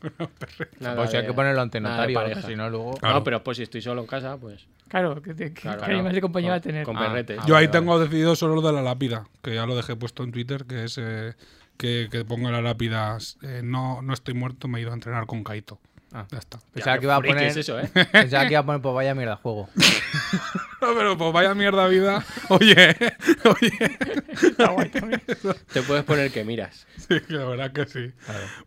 Speaker 3: Nada
Speaker 4: Pues hay
Speaker 3: de-
Speaker 4: que ponerlo ante
Speaker 3: nada de
Speaker 4: notario,
Speaker 3: pareja.
Speaker 4: si no luego.
Speaker 3: No, pero pues si estoy solo en casa, pues
Speaker 6: Claro, que, te- que-
Speaker 3: Claro,
Speaker 6: que
Speaker 3: claro.
Speaker 6: animal de compañía va a
Speaker 3: Con-
Speaker 6: tener.
Speaker 3: con
Speaker 4: Ah,
Speaker 3: perretes.
Speaker 4: ah,
Speaker 2: Yo ahí
Speaker 4: vale,
Speaker 2: tengo decidido solo lo de la lápida, que ya lo dejé puesto en Twitter, que es eh, que, que ponga la lápida, eh, no, no estoy muerto, me he ido a entrenar con Kaito.
Speaker 4: Ah.
Speaker 2: Ya está.
Speaker 4: Pensaba
Speaker 3: Ya,
Speaker 4: que iba a
Speaker 3: friki
Speaker 4: poner.
Speaker 3: es eso, ¿eh?
Speaker 4: Pensaba que iba a poner, pues vaya mierda, juego.
Speaker 2: No, pero pues vaya mierda vida. Oye, oye.
Speaker 3: te puedes poner que miras.
Speaker 2: Sí, la verdad que sí.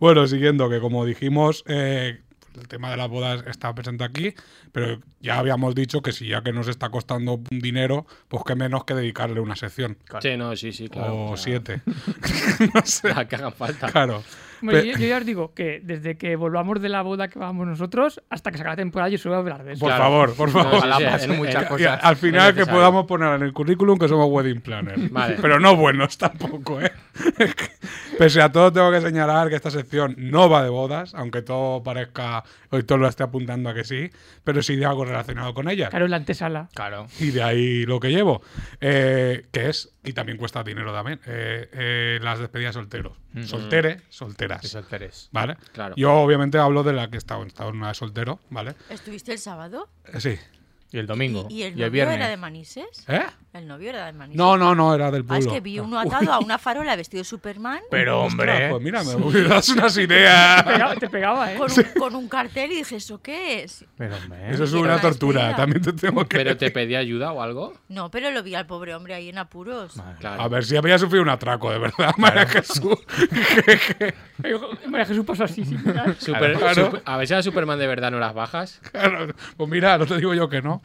Speaker 2: Bueno, siguiendo, que como dijimos, eh, el tema de las bodas está presente aquí, pero ya habíamos dicho que si ya que nos está costando un dinero, pues qué menos que dedicarle una sección.
Speaker 3: Sí, no, sí, sí, claro.
Speaker 2: o
Speaker 3: sea,
Speaker 2: siete. no sé.
Speaker 3: la que hagan falta.
Speaker 2: Claro.
Speaker 6: Hombre,
Speaker 2: Pe-
Speaker 6: yo, yo ya os digo que desde que volvamos de la boda que vamos nosotros hasta que se acabe la temporada, yo suelo hablar de eso.
Speaker 2: Por
Speaker 3: Claro.
Speaker 2: favor, por
Speaker 3: No,
Speaker 2: favor.
Speaker 3: sí,
Speaker 4: Ojalá
Speaker 3: sí,
Speaker 4: pasen
Speaker 3: en-
Speaker 4: muchas
Speaker 3: en-
Speaker 2: Y a-
Speaker 4: cosas.
Speaker 2: al final
Speaker 3: es
Speaker 2: que
Speaker 3: necesario.
Speaker 2: podamos poner en el currículum que somos wedding planner.
Speaker 3: Vale.
Speaker 2: Pero no buenos tampoco, ¿eh? Es que, Pese a todo, tengo que señalar que esta sección no va de bodas, aunque todo parezca, hoy todo lo esté apuntando a que sí, pero sí de algo relacionado con ellas.
Speaker 6: Claro, en la antesala.
Speaker 4: Claro.
Speaker 2: Y de ahí lo que llevo, eh, que es, y también cuesta dinero también, eh, eh, las despedidas solteros. Soltere, solteras.
Speaker 4: Eso eres.
Speaker 2: ¿Vale?
Speaker 3: Mm. Claro.
Speaker 2: Yo obviamente hablo de la que he estado, he estado en una de soltero, ¿vale?
Speaker 5: ¿Estuviste el sábado?
Speaker 2: Eh, sí.
Speaker 4: Y el domingo.
Speaker 2: Oh,
Speaker 5: ¿Y, y el
Speaker 4: y el
Speaker 5: novio
Speaker 4: viernes.
Speaker 5: era de Manises?
Speaker 2: ¿Eh?
Speaker 5: ¿El novio era de Manises?
Speaker 2: No, no, no, era del
Speaker 5: Ah,
Speaker 2: pueblo.
Speaker 5: es que vi
Speaker 2: No.
Speaker 5: uno atado a una farola vestido de Superman
Speaker 4: Pero hombre.
Speaker 2: Ostras, pues mira, me das unas ideas.
Speaker 6: Te pegaba, te pegaba, ¿eh?
Speaker 5: con un, con un cartel y dije, ¿eso qué es?
Speaker 4: Pero hombre.
Speaker 2: Eso es
Speaker 5: Quiero
Speaker 2: una
Speaker 5: una
Speaker 2: tortura,
Speaker 5: despedida.
Speaker 2: también te tengo que...
Speaker 3: Pero te pedí ayuda o algo.
Speaker 5: No, pero lo vi al pobre hombre ahí en apuros.
Speaker 3: Claro.
Speaker 2: A ver si había sufrido un atraco, de verdad, María Jesús.
Speaker 6: Eh, María Jesús pasó así. sí, mira.
Speaker 3: Super-
Speaker 2: Claro.
Speaker 3: super- a ver si a Superman de verdad no las bajas.
Speaker 2: Claro, pues mira, no te digo yo que no.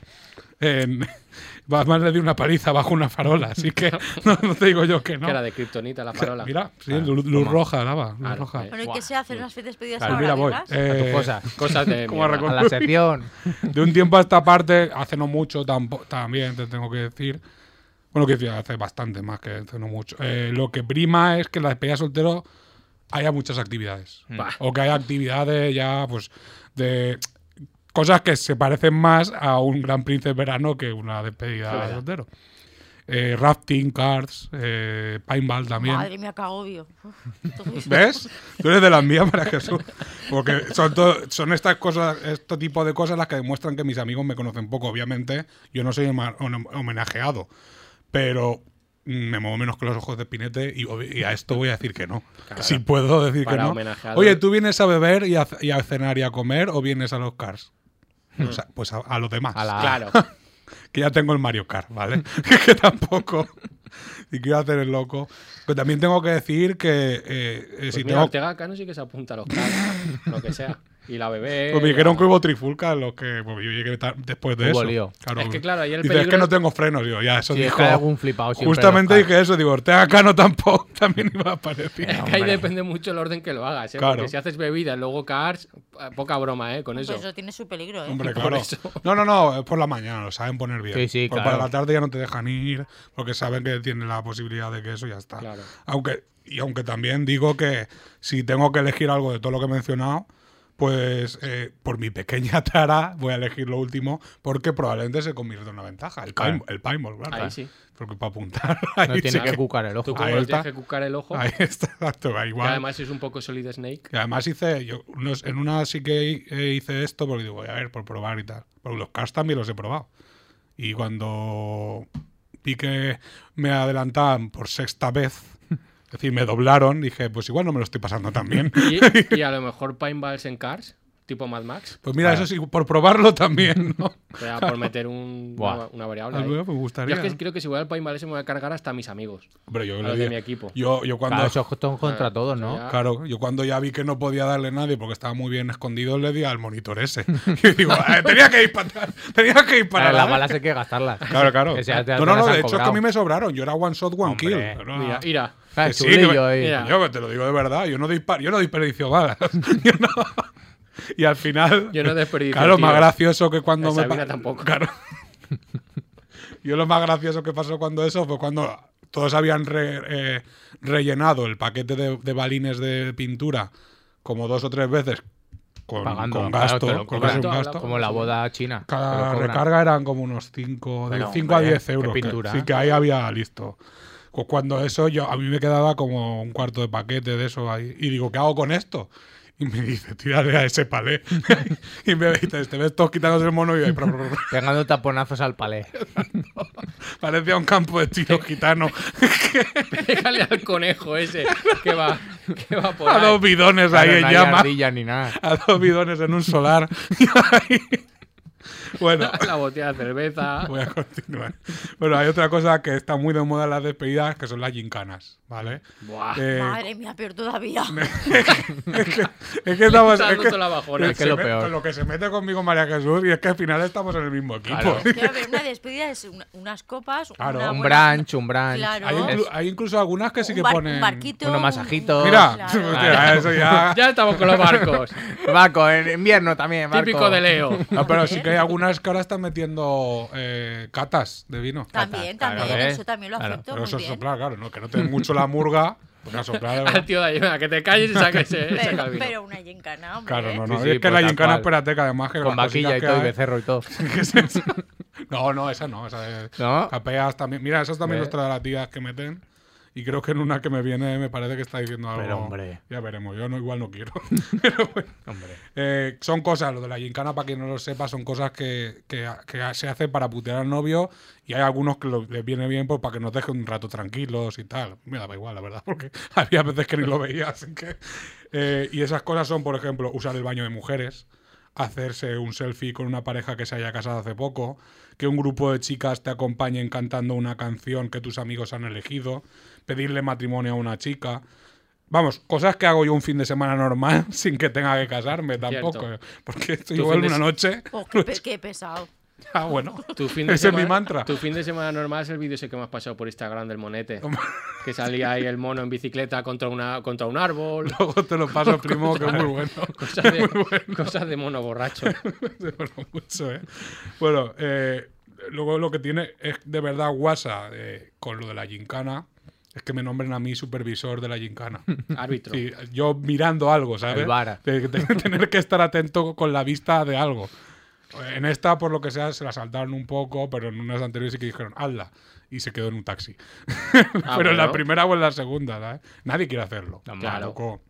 Speaker 2: En- Batman le dio una paliza bajo una farola, así que no, no te digo yo que no.
Speaker 3: Que era de Kryptonita la farola.
Speaker 2: Mira, sí, luz, luz roja, daba, luz
Speaker 3: Claro,
Speaker 2: roja.
Speaker 3: eh.
Speaker 5: Bueno, ¿y
Speaker 3: Buah,
Speaker 5: qué se hacen las fiestas pedidas
Speaker 2: Pues
Speaker 5: ahora?
Speaker 2: mira, voy.
Speaker 5: Vegas?
Speaker 4: A tus
Speaker 2: eh,
Speaker 4: cosas.
Speaker 3: Cosas de.
Speaker 2: ¿Cómo
Speaker 3: mierda.
Speaker 2: recor-
Speaker 4: A la sección.
Speaker 2: De un tiempo a esta parte, hace no mucho tampo- también, te tengo que decir. Bueno, que decir, hace bastante más que hace no mucho. Eh, lo que prima es que en la despedida de soltero haya muchas actividades.
Speaker 3: Bah.
Speaker 2: O que haya actividades ya, pues, de cosas que se parecen más a un Gran Príncipe Verano que una despedida de soltero. Eh, rafting, cards, eh, paintball también.
Speaker 5: Madre mía, qué agobio. Uf, entonces-
Speaker 2: ¿Ves? Tú eres de las mías, para Jesús. Porque son, to- son estas cosas, este tipo de cosas las que demuestran que mis amigos me conocen poco. Obviamente, yo no soy homa- hom- homenajeado, pero mm, me muevo menos que los ojos de Pinete y, obvi- y a esto voy a decir que no. Si puedo decir
Speaker 3: Para
Speaker 2: que no.
Speaker 3: homenajeado.
Speaker 2: Oye, ¿tú vienes a beber y a, c- y a cenar y a comer o vienes a los cars? O sea, pues a, a los demás.
Speaker 4: A la-
Speaker 3: Claro.
Speaker 2: Que ya tengo el Mario Kart, ¿vale? que tampoco. Y quiero hacer el loco. Pero también tengo que decir que eh, eh,
Speaker 3: Pues
Speaker 2: si
Speaker 3: mira,
Speaker 2: tengo
Speaker 3: Ortega Cano sí que se apunta a los caras, lo que sea. Y la bebé.
Speaker 2: Pues me
Speaker 3: la-
Speaker 2: dijeron que hubo trifulca, lo que pues, yo llegué tar- después de
Speaker 4: Hubo
Speaker 2: eso.
Speaker 4: lío.
Speaker 2: Claro,
Speaker 3: Es que claro, ahí el
Speaker 2: Dice, es
Speaker 3: peligro
Speaker 2: que no
Speaker 3: es-
Speaker 2: tengo frenos, digo, ya, eso
Speaker 4: Sí, es
Speaker 2: dijo.
Speaker 4: que hay algún flipado siempre.
Speaker 2: Justamente
Speaker 4: Oscar.
Speaker 2: dije eso, digo, Ortega Cano tampoco, también iba a aparecer.
Speaker 3: Es que ahí depende mucho el orden que lo hagas, ¿eh?
Speaker 2: Ah, Claro.
Speaker 3: Porque si haces bebida y luego cars, eh, poca broma, ¿eh? Con eso.
Speaker 5: Pues eso tiene su peligro, ¿eh?
Speaker 2: Hombre,
Speaker 3: Por
Speaker 2: claro.
Speaker 3: eso.
Speaker 2: No, no, no, es por la mañana, lo saben poner bien.
Speaker 4: Sí, sí,
Speaker 2: Porque
Speaker 4: claro.
Speaker 2: Para la tarde ya no te dejan ir, porque saben que tienen la posibilidad de que eso ya está.
Speaker 3: Claro.
Speaker 2: Aunque, y aunque también digo que si tengo que elegir algo de todo lo que he mencionado, pues eh, por mi pequeña tara voy a elegir lo último, porque probablemente se convierta en una ventaja. El,
Speaker 4: Claro.
Speaker 2: pain- el paintball, claro.
Speaker 3: Ahí sí.
Speaker 2: Porque para apuntar, ahí
Speaker 4: No
Speaker 2: sí
Speaker 4: tiene que
Speaker 2: que-
Speaker 4: cucar el ojo.
Speaker 3: Tú como
Speaker 2: ahí
Speaker 3: le
Speaker 2: está.
Speaker 3: tienes que cucar el ojo,
Speaker 2: Ahí está, exacto, da
Speaker 3: que
Speaker 2: igual.
Speaker 3: además es un poco Solid Snake.
Speaker 2: Y además hice, yo unos- en una sí que hi- eh, hice esto porque digo, a ver, por probar y tal. Porque los cars también los he probado. Y cuando vi que me adelantaban por sexta vez, es decir, me doblaron, dije, pues igual no me lo estoy pasando tan bien.
Speaker 3: Y, y a lo mejor Paintballs en Cars, tipo Mad Max,
Speaker 2: Pues mira, eso sí, por probarlo también, ¿no?
Speaker 3: o sea, por meter un-
Speaker 4: Buah.
Speaker 3: una, una variable.
Speaker 2: Algo
Speaker 3: ahí.
Speaker 2: que me
Speaker 3: Yo
Speaker 2: gustaría.
Speaker 3: es que creo que si voy al Paintball ese me voy a cargar hasta a mis amigos.
Speaker 2: Pero yo
Speaker 3: a
Speaker 2: le
Speaker 3: los de
Speaker 2: di-
Speaker 3: mi equipo.
Speaker 2: Yo, yo cuando...
Speaker 4: Claro, eso es
Speaker 3: Ah,
Speaker 4: todo contra todos,
Speaker 3: o
Speaker 4: ¿no? Eh,
Speaker 3: sea,
Speaker 2: Claro, yo cuando ya vi que no podía darle a nadie porque estaba muy bien escondido, le di al monitor ese. Y digo, "Eh, tenía que disparar, tenía que disparar.
Speaker 4: Claro,
Speaker 2: a
Speaker 4: las
Speaker 2: ver".
Speaker 4: balas hay que gastarlas.
Speaker 2: Claro, claro.
Speaker 4: Que sea, te-
Speaker 2: no, no,
Speaker 4: te
Speaker 2: no,
Speaker 4: las
Speaker 2: de
Speaker 4: han
Speaker 2: hecho es que a
Speaker 4: cobrado.
Speaker 2: mí me sobraron. Yo era one shot, one kill.
Speaker 4: Hombre,
Speaker 2: Pero,
Speaker 3: Mira,
Speaker 2: ah,
Speaker 3: mira.
Speaker 4: Ah,
Speaker 2: que sí,
Speaker 4: chulillo
Speaker 2: que me-
Speaker 4: ahí.
Speaker 3: mira.
Speaker 2: Yo que te lo digo de verdad, yo no disparo, yo no desperdicio balas. Yo no, Y al final.
Speaker 3: Yo no desperdicio,
Speaker 2: Claro,
Speaker 3: tío.
Speaker 2: más gracioso que cuando
Speaker 3: La
Speaker 2: me.
Speaker 3: Sabina
Speaker 2: pa-
Speaker 3: tampoco.
Speaker 2: Claro. Yo lo más gracioso que pasó cuando eso fue cuando todos habían re- eh, rellenado el paquete de, de balines de pintura como dos o tres veces con,
Speaker 4: Pagando,
Speaker 2: con
Speaker 4: claro,
Speaker 2: gasto.
Speaker 4: te lo
Speaker 2: con
Speaker 4: cobran.
Speaker 2: casi un gasto.
Speaker 4: Como la boda china. te lo
Speaker 2: Cada
Speaker 4: cobran.
Speaker 2: recarga eran como unos 5 de
Speaker 4: Bueno,
Speaker 2: cinco a
Speaker 4: hombre,
Speaker 2: 10
Speaker 4: qué
Speaker 2: euros. que-
Speaker 4: pintura.
Speaker 2: sí, que ahí había listo. Pues cuando eso, yo a mí me quedaba como un cuarto de paquete de eso ahí. Y digo, ¿qué hago con esto? Y me dice, tírale a ese palé. y me dice, te ves todos quitándose el mono y yo, "Pro, pro, pro".
Speaker 4: Pegando taponazos al palé.
Speaker 2: parecía un campo de tiro gitano
Speaker 3: Pégale al conejo ese que va, que va por
Speaker 2: a
Speaker 3: ahí.
Speaker 2: dos bidones Pues ahí
Speaker 4: Claro,
Speaker 2: en
Speaker 4: no hay
Speaker 2: llama,
Speaker 4: ardilla ni nada.
Speaker 2: a dos bidones en un solar. bueno,
Speaker 3: La botella de cerveza.
Speaker 2: Voy a continuar. Bueno, hay otra cosa que está muy de moda en las despedidas, que son las gincanas, ¿vale?
Speaker 4: Ah.
Speaker 3: Buah.
Speaker 2: Eh,
Speaker 5: Madre mía, peor todavía.
Speaker 2: es que, es que estamos...
Speaker 3: Está
Speaker 2: Es
Speaker 3: dando
Speaker 2: que,
Speaker 3: toda la bajona.
Speaker 4: es que lo
Speaker 2: se me-
Speaker 4: peor.
Speaker 2: con lo que se mete conmigo María Jesús y es que al final estamos en el mismo equipo.
Speaker 4: Claro.
Speaker 5: Pero a ver, una despedida es una- unas copas,
Speaker 2: Claro,
Speaker 5: una
Speaker 4: Un
Speaker 5: buena-
Speaker 4: brunch, un brunch.
Speaker 5: Claro.
Speaker 2: Hay, inclu-
Speaker 4: Es-
Speaker 2: hay incluso algunas que sí
Speaker 5: un
Speaker 2: que
Speaker 5: bar-
Speaker 2: ponen...
Speaker 5: un barquito,
Speaker 4: unos
Speaker 5: un-
Speaker 4: masajitos.
Speaker 2: Mira,
Speaker 5: Claro.
Speaker 2: hostia, eso ya...
Speaker 3: Ya estamos con los barcos.
Speaker 4: Marco, en invierno también, Marco.
Speaker 3: Típico de Leo.
Speaker 2: No, pero sí que hay algunas que ahora están metiendo eh, catas de vino.
Speaker 5: También,
Speaker 4: Claro,
Speaker 5: también,
Speaker 4: ¿eh?
Speaker 5: eso también lo
Speaker 4: Claro.
Speaker 5: acepto
Speaker 2: Pero eso
Speaker 5: muy
Speaker 2: es
Speaker 5: bien.
Speaker 2: soplar, claro, ¿no? que no te den mucho la murga. Porque a soplar, de verdad.
Speaker 3: Al tío de ahí, venga, que te calles y saques ese. saca el
Speaker 5: Pero,
Speaker 3: vino.
Speaker 5: pero una gincana, hombre.
Speaker 2: Claro, no, no.
Speaker 4: Sí, sí,
Speaker 2: es que
Speaker 4: pues
Speaker 2: la
Speaker 4: tal
Speaker 2: gincana,
Speaker 4: cual.
Speaker 2: espérate, que además que
Speaker 4: Con
Speaker 2: las cositas
Speaker 4: vaquilla y
Speaker 2: que
Speaker 4: todo, y
Speaker 2: hay-
Speaker 4: becerro y todo.
Speaker 2: ¿Qué es eso? No, no, esa no, esa es.
Speaker 4: ¿No?
Speaker 2: Capeas también. Mira, esas también
Speaker 4: ¿Eh?
Speaker 2: nuestras las tías que meten. Y creo que en una que me viene me parece que está diciendo algo.
Speaker 4: Pero, hombre.
Speaker 2: Ya veremos, yo no igual no quiero. Pero bueno. Eh, son cosas, lo de la gincana, para quien no lo sepa, son cosas que, que- que se hace para putear al novio. Y hay algunos que lo- les viene bien pues, para que nos dejen un rato tranquilos y tal. Me daba igual, la verdad, porque había veces que ni lo veía, así que. Eh, y esas cosas son, por ejemplo, usar el baño de mujeres hacerse un selfie con una pareja que se haya casado hace poco, que un grupo de chicas te acompañen cantando una canción que tus amigos han elegido, pedirle matrimonio a una chica. Vamos, cosas que hago yo un fin de semana normal sin que tenga que casarme tampoco. eh, Porque estoy
Speaker 3: Tu
Speaker 2: igual
Speaker 3: fin de
Speaker 2: una
Speaker 3: se-
Speaker 2: noche.
Speaker 5: Oh, qué, pe- qué pesado.
Speaker 2: Ah, bueno.
Speaker 3: Tu fin de
Speaker 2: Ese es
Speaker 3: semana,
Speaker 2: mi mantra.
Speaker 3: Tu fin de semana normal es el vídeo ese que me has pasado por Instagram del monete. que salía ahí el mono en bicicleta contra, una, contra un árbol.
Speaker 2: Luego te lo paso, primo, que es muy bueno.
Speaker 3: Cosas de, cosas de mono borracho.
Speaker 2: Se mola mucho, ¿eh? Bueno, eh, luego lo que tiene es de verdad guasa eh, con lo de la gincana. Es que me nombren a mí supervisor de la gincana.
Speaker 3: Árbitro.
Speaker 2: Sí, yo mirando algo, ¿sabes?
Speaker 4: El vara.
Speaker 2: De- de tener que estar atento con la vista de algo. En esta, por lo que sea, se la saltaron un poco, pero en unas anteriores sí que dijeron, hazla. Y se quedó en un taxi. pero en la
Speaker 3: bueno.
Speaker 2: primera o en la segunda, ¿sabes? Nadie quiere hacerlo.
Speaker 4: Claro.
Speaker 2: Tampoco.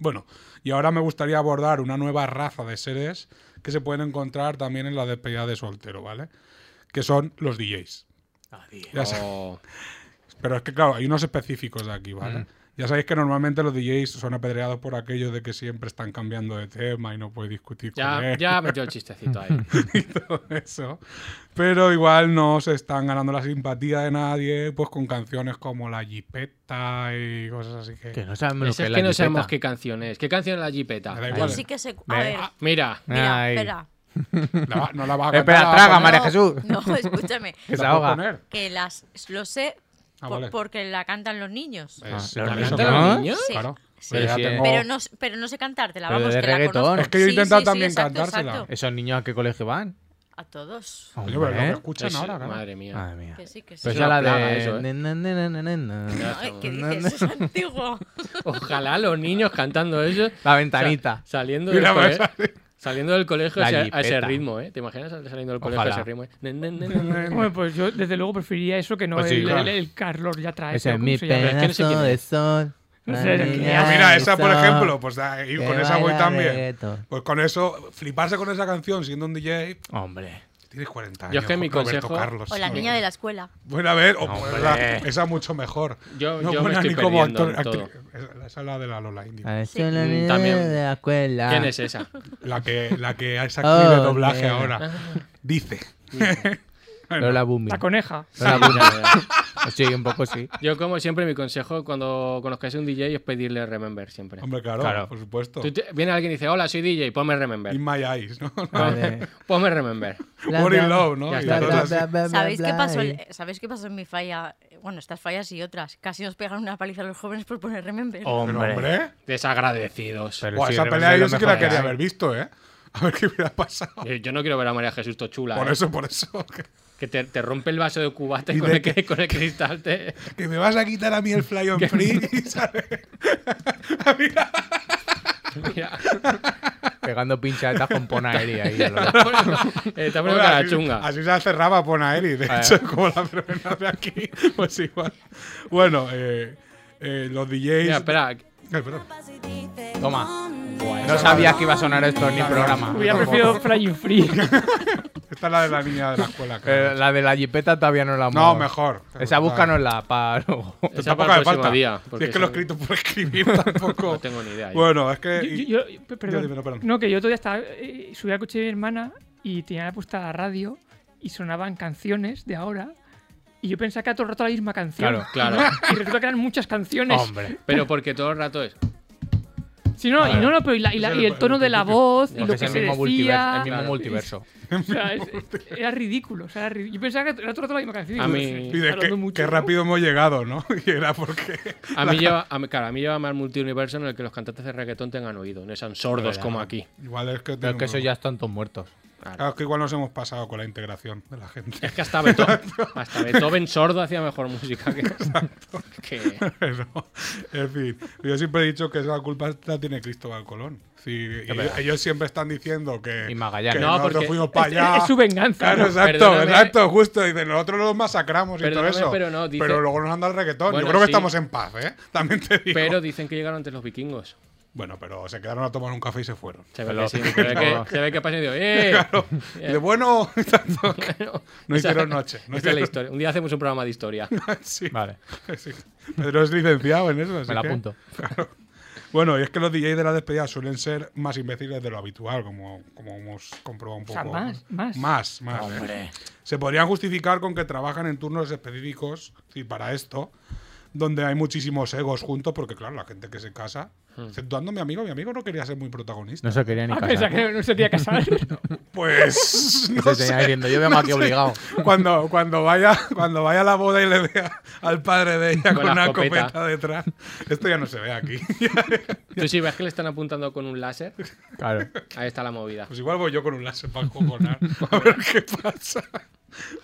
Speaker 2: Bueno, y ahora me gustaría abordar una nueva raza de seres que se pueden encontrar también en la despedida de soltero, ¿vale? Que son los DJs. Ya sabes-
Speaker 3: O-
Speaker 2: pero es que, claro, hay unos específicos de aquí, ¿vale? Ya sabéis que normalmente los DJs son apedreados por aquello de que siempre están cambiando de tema y no puedes discutir con
Speaker 3: ya,
Speaker 2: él
Speaker 3: ya metió el chistecito ahí.
Speaker 2: y todo eso. Pero igual no se están ganando la simpatía de nadie, pues con canciones como La Jipeta y cosas así que...
Speaker 4: Que no sabemos lo
Speaker 3: Eso
Speaker 4: que
Speaker 3: es
Speaker 4: es
Speaker 3: que
Speaker 4: la
Speaker 3: no sabemos
Speaker 4: jipeta.
Speaker 3: qué canción es. ¿Qué canción es la jipeta?
Speaker 2: Me da
Speaker 5: Yo
Speaker 2: igual.
Speaker 5: sí que sé. A
Speaker 4: Ve.
Speaker 5: ver,
Speaker 2: Ah,
Speaker 3: Mira,
Speaker 5: mira,
Speaker 4: Ay.
Speaker 5: espera.
Speaker 2: la va- no la vas a
Speaker 4: Espera,
Speaker 2: cantar, la vas
Speaker 4: traga,
Speaker 2: a poner.
Speaker 4: María
Speaker 5: No,
Speaker 4: Jesús.
Speaker 5: No, escúchame.
Speaker 4: Que se
Speaker 2: ¿La puedes
Speaker 4: ahoga.
Speaker 2: poner?
Speaker 5: Que las lo sé
Speaker 2: Ah,
Speaker 5: por-
Speaker 2: vale.
Speaker 5: porque la cantan los niños.
Speaker 2: Es-
Speaker 4: Ah,
Speaker 2: es
Speaker 4: ¿la
Speaker 2: por
Speaker 4: cantan
Speaker 2: eso que-
Speaker 4: los
Speaker 2: ¿no?
Speaker 3: niños?
Speaker 5: Sí.
Speaker 2: Claro.
Speaker 4: Sí,
Speaker 2: Yo ya
Speaker 4: sí, eh.
Speaker 2: tengo-
Speaker 5: Pero no, s- pero no sé cantártela,
Speaker 4: Pero
Speaker 5: vamos,
Speaker 4: de
Speaker 5: que la
Speaker 4: reggaetón.
Speaker 5: conozco.
Speaker 2: Es que yo he
Speaker 5: Sí,
Speaker 2: intentado
Speaker 5: sí, sí,
Speaker 2: también
Speaker 5: exacto,
Speaker 2: cantársela.
Speaker 5: exacto.
Speaker 4: ¿Esos niños a qué colegio van?
Speaker 5: A todos.
Speaker 2: Oye, pero lo que
Speaker 4: Hombre,
Speaker 2: escuchan
Speaker 3: Es-
Speaker 2: ahora, claro.
Speaker 3: Madre mía.
Speaker 4: Madre mía.
Speaker 5: Que sí, que sí.
Speaker 4: Pero
Speaker 3: Es
Speaker 4: esa
Speaker 3: una
Speaker 4: la
Speaker 3: plaga,
Speaker 4: de...
Speaker 3: eso, ¿eh?
Speaker 4: na, na, na, na, na, na.
Speaker 5: Ay, ¿qué dices? Es antiguo.
Speaker 3: Ojalá los niños cantando eso.
Speaker 4: La ventanita.
Speaker 3: sa- saliendo,
Speaker 2: Mira,
Speaker 3: del cole-
Speaker 2: vas a
Speaker 3: saliendo del colegio
Speaker 4: La
Speaker 3: a ese- a ese
Speaker 4: jipeta.
Speaker 3: ritmo, ¿eh? ¿Te imaginas saliendo del colegio
Speaker 4: Ojalá.
Speaker 3: a ese ritmo? eh? Ne, ne, ne, ne, ne.
Speaker 6: Hombre, pues yo desde luego preferiría eso que no
Speaker 4: Pues sí,
Speaker 6: el,
Speaker 4: claro.
Speaker 6: el- el Carlos ya trae.
Speaker 4: Ese es mi
Speaker 3: Es que no sé
Speaker 4: pedazo
Speaker 3: quién
Speaker 4: de
Speaker 3: es.
Speaker 4: sol.
Speaker 6: No
Speaker 4: la
Speaker 6: sé de
Speaker 4: niña
Speaker 6: quién
Speaker 2: Ah,
Speaker 6: es.
Speaker 2: mira,
Speaker 4: del
Speaker 2: esa, por
Speaker 4: sol,
Speaker 2: ejemplo, pues da- y
Speaker 4: que
Speaker 2: con esa voy
Speaker 4: baila
Speaker 2: también.
Speaker 4: reggaetón.
Speaker 2: Pues con eso, fliparse con esa canción siendo un DJ,
Speaker 4: Hombre.
Speaker 2: tienes 40 años.
Speaker 3: Yo es que mi
Speaker 2: Roberto
Speaker 3: consejo-
Speaker 2: Carlos.
Speaker 5: O la niña de la escuela.
Speaker 2: Bueno, a ver, o
Speaker 4: No,
Speaker 2: pues
Speaker 4: hombre.
Speaker 2: la- esa mucho mejor.
Speaker 3: Yo-
Speaker 2: no
Speaker 3: yo me
Speaker 2: buena ni
Speaker 3: estoy
Speaker 2: como
Speaker 3: perdiendo
Speaker 2: actor.
Speaker 3: en
Speaker 2: actri- Esa esa es la de la Lola India.
Speaker 4: A
Speaker 5: Sí.
Speaker 4: eso la
Speaker 3: Mm,
Speaker 4: niña
Speaker 3: también.
Speaker 4: de la escuela.
Speaker 3: ¿Quién es esa?
Speaker 2: La que, la que es actriz de
Speaker 4: Oh,
Speaker 2: doblaje
Speaker 4: mira.
Speaker 2: ahora. Dice.
Speaker 4: Lola Bumi.
Speaker 6: La coneja.
Speaker 4: Lola Bunny. Sí, un poco sí.
Speaker 3: Yo, como siempre, mi consejo cuando conozcáis a un DJ es pedirle remember siempre.
Speaker 2: Hombre, claro,
Speaker 4: Claro.
Speaker 2: por supuesto.
Speaker 3: Tú te- viene alguien y dice, hola, soy DJ, ponme remember.
Speaker 2: In my eyes, ¿no?
Speaker 4: Vale.
Speaker 3: Ponme remember.
Speaker 2: What in love, ¿no?
Speaker 3: Ya
Speaker 2: Y
Speaker 3: está,
Speaker 2: entonces
Speaker 3: bla,
Speaker 2: así-
Speaker 5: ¿Sabéis qué, pasó, Eh, el- ¿Sabéis qué pasó en mi falla? Eh, Bueno, estas fallas y otras. Casi nos pegaron una paliza a los jóvenes por poner remember.
Speaker 2: Pero, hombre,
Speaker 3: Desagradecidos.
Speaker 4: Pero
Speaker 2: buah,
Speaker 4: sí,
Speaker 2: esa
Speaker 4: debe
Speaker 2: pelea
Speaker 4: ser
Speaker 2: yo
Speaker 4: lo
Speaker 2: sí que
Speaker 4: mejor
Speaker 2: la
Speaker 4: que
Speaker 2: quería
Speaker 4: hay.
Speaker 2: haber visto, ¿eh? A ver qué hubiera pasado.
Speaker 3: Yo, yo no quiero ver a María Jesús Tochula.
Speaker 2: Por
Speaker 3: eh.
Speaker 2: eso, por eso. Que,
Speaker 3: Que te, te rompe el vaso de cubate
Speaker 2: Y
Speaker 3: con
Speaker 2: de
Speaker 3: el, que- con el cristal. Te...
Speaker 2: que me vas a quitar a mí el fly on free, ¿sabes?
Speaker 3: Mira,
Speaker 4: Pegando pinchadas con Ponaeri ahí. a lo loco.
Speaker 3: eh, te ha puesto cara
Speaker 2: así,
Speaker 3: chunga.
Speaker 2: así se cerraba Ponaeri, de hecho, como la verbena de aquí. Pues igual. Bueno, eh, eh, los DJs.
Speaker 3: Mira, espera,
Speaker 2: Ay, perdón.
Speaker 4: Toma.
Speaker 2: esa
Speaker 4: No sabía que iba a sonar esto en mi
Speaker 2: Claro.
Speaker 4: programa.
Speaker 6: Hubiera preferido Flying Free.
Speaker 2: Esta es la de la niña de la escuela. creo.
Speaker 4: Eh, la de la jipeta todavía no la hemos.
Speaker 2: no, mejor.
Speaker 4: Esa búscanosla para luego.
Speaker 3: esa para el
Speaker 2: hace
Speaker 3: próximo día.
Speaker 2: Si
Speaker 3: porque
Speaker 2: es que lo he
Speaker 3: esa-
Speaker 2: escrito por escribir tampoco.
Speaker 3: No tengo ni idea. yo.
Speaker 2: Bueno, es que.
Speaker 6: Yo- yo- yo- pe- perdón.
Speaker 2: Eh, dime, no, perdón.
Speaker 6: No, que yo todavía estaba. eh, subí al coche de mi hermana y tenía puesta la radio y sonaban canciones de ahora. Y yo pensaba que era todo el rato la misma canción.
Speaker 4: Claro.
Speaker 3: Claro.
Speaker 6: Y resulta que eran muchas canciones.
Speaker 4: Hombre.
Speaker 3: Pero porque todo el rato es.
Speaker 6: Sí, no, y no, no, pero y, la- y la-
Speaker 2: Eso
Speaker 6: y
Speaker 2: es
Speaker 6: el
Speaker 2: el-
Speaker 6: tono
Speaker 2: el
Speaker 6: de la
Speaker 2: principio.
Speaker 6: voz y
Speaker 4: Porque
Speaker 6: lo que
Speaker 4: es el
Speaker 6: se
Speaker 4: mismo multiverso.
Speaker 6: decía.
Speaker 4: El mismo
Speaker 3: Claro.
Speaker 4: multiverso.
Speaker 6: O sea, es- era ridículo. O sea, era rid- Yo pensaba que era todo el rato la misma canción.
Speaker 3: A
Speaker 6: y-
Speaker 3: mí-
Speaker 2: Y de qué,
Speaker 6: hablando mucho,
Speaker 2: qué
Speaker 6: ¿no?
Speaker 2: rápido hemos llegado, ¿no? Y era porque.
Speaker 3: A mí lleva, a mí- claro, a mí lleva más multiuniverso en el que los cantantes de reggaetón tengan oído, no sean sordos
Speaker 2: Pues
Speaker 4: Verdad.
Speaker 3: como aquí.
Speaker 2: Igual es que.
Speaker 4: Pero es
Speaker 2: tenemos-
Speaker 4: que eso ya están todos muertos.
Speaker 2: Claro, es que igual nos hemos pasado con la integración de la gente.
Speaker 3: Es que hasta Beethoven, hasta Beethoven sordo hacía mejor música que, que-
Speaker 2: Pero, en fin, yo siempre he dicho que esa culpa la tiene Cristóbal Colón. Sí, y ellos, ellos siempre están diciendo que,
Speaker 4: Y Magallanes.
Speaker 2: que
Speaker 3: No,
Speaker 2: nosotros
Speaker 3: porque
Speaker 2: fuimos para
Speaker 6: Es-
Speaker 2: allá.
Speaker 6: Es, su venganza.
Speaker 2: Claro,
Speaker 6: ¿no?
Speaker 2: exacto,
Speaker 3: Perdóname.
Speaker 2: exacto, justo. Y de nosotros los masacramos y todo
Speaker 3: Perdóname,
Speaker 2: eso.
Speaker 3: pero no, dice-
Speaker 2: Pero luego nos anda el reggaetón.
Speaker 3: Bueno,
Speaker 2: Yo creo que
Speaker 3: sí.
Speaker 2: estamos en paz, ¿eh? También te digo.
Speaker 3: Pero dicen que llegaron antes los vikingos.
Speaker 2: Bueno, pero se quedaron a tomar un café y se fueron.
Speaker 3: Se ve que sí, se ve que, se ve que pasan y digo, ¡eh!
Speaker 2: Y de bueno, tanto que no
Speaker 3: Esa-
Speaker 2: hicieron noche. No
Speaker 3: esa es la
Speaker 2: hicieron-
Speaker 3: historia. Un día hacemos un programa de historia.
Speaker 2: Sí,
Speaker 4: Vale.
Speaker 2: sí. Pedro es licenciado en eso. así
Speaker 4: Me la
Speaker 2: que-
Speaker 4: apunto.
Speaker 2: Bueno, y es que los DJs de la despedida suelen ser más imbéciles de lo habitual, como, como hemos comprobado un poco.
Speaker 6: sea, más, más.
Speaker 2: Más, más, ¿eh? Se podrían justificar con que trabajan en turnos específicos y para esto, donde hay muchísimos egos juntos, porque claro, la gente que se casa, exceptuando mi amigo, mi amigo no quería ser muy protagonista.
Speaker 4: Hmm. No se quería ni
Speaker 6: Ah, pensaba
Speaker 4: casar.
Speaker 6: que no se quería casar.
Speaker 2: Pues no
Speaker 4: Se
Speaker 2: sé.
Speaker 4: tenía diciendo, yo vengo aquí obligado.
Speaker 2: Cuando, cuando vaya, cuando vaya a la boda y le vea al padre de ella
Speaker 3: Con
Speaker 2: con,
Speaker 3: la
Speaker 2: una
Speaker 3: escopeta.
Speaker 2: escopeta. detrás, esto ya no se ve aquí.
Speaker 3: Tú sí ves que le están apuntando con un láser.
Speaker 4: Claro.
Speaker 3: Ahí está la movida.
Speaker 2: Pues igual voy yo con un láser para cojonar. A ver qué pasa.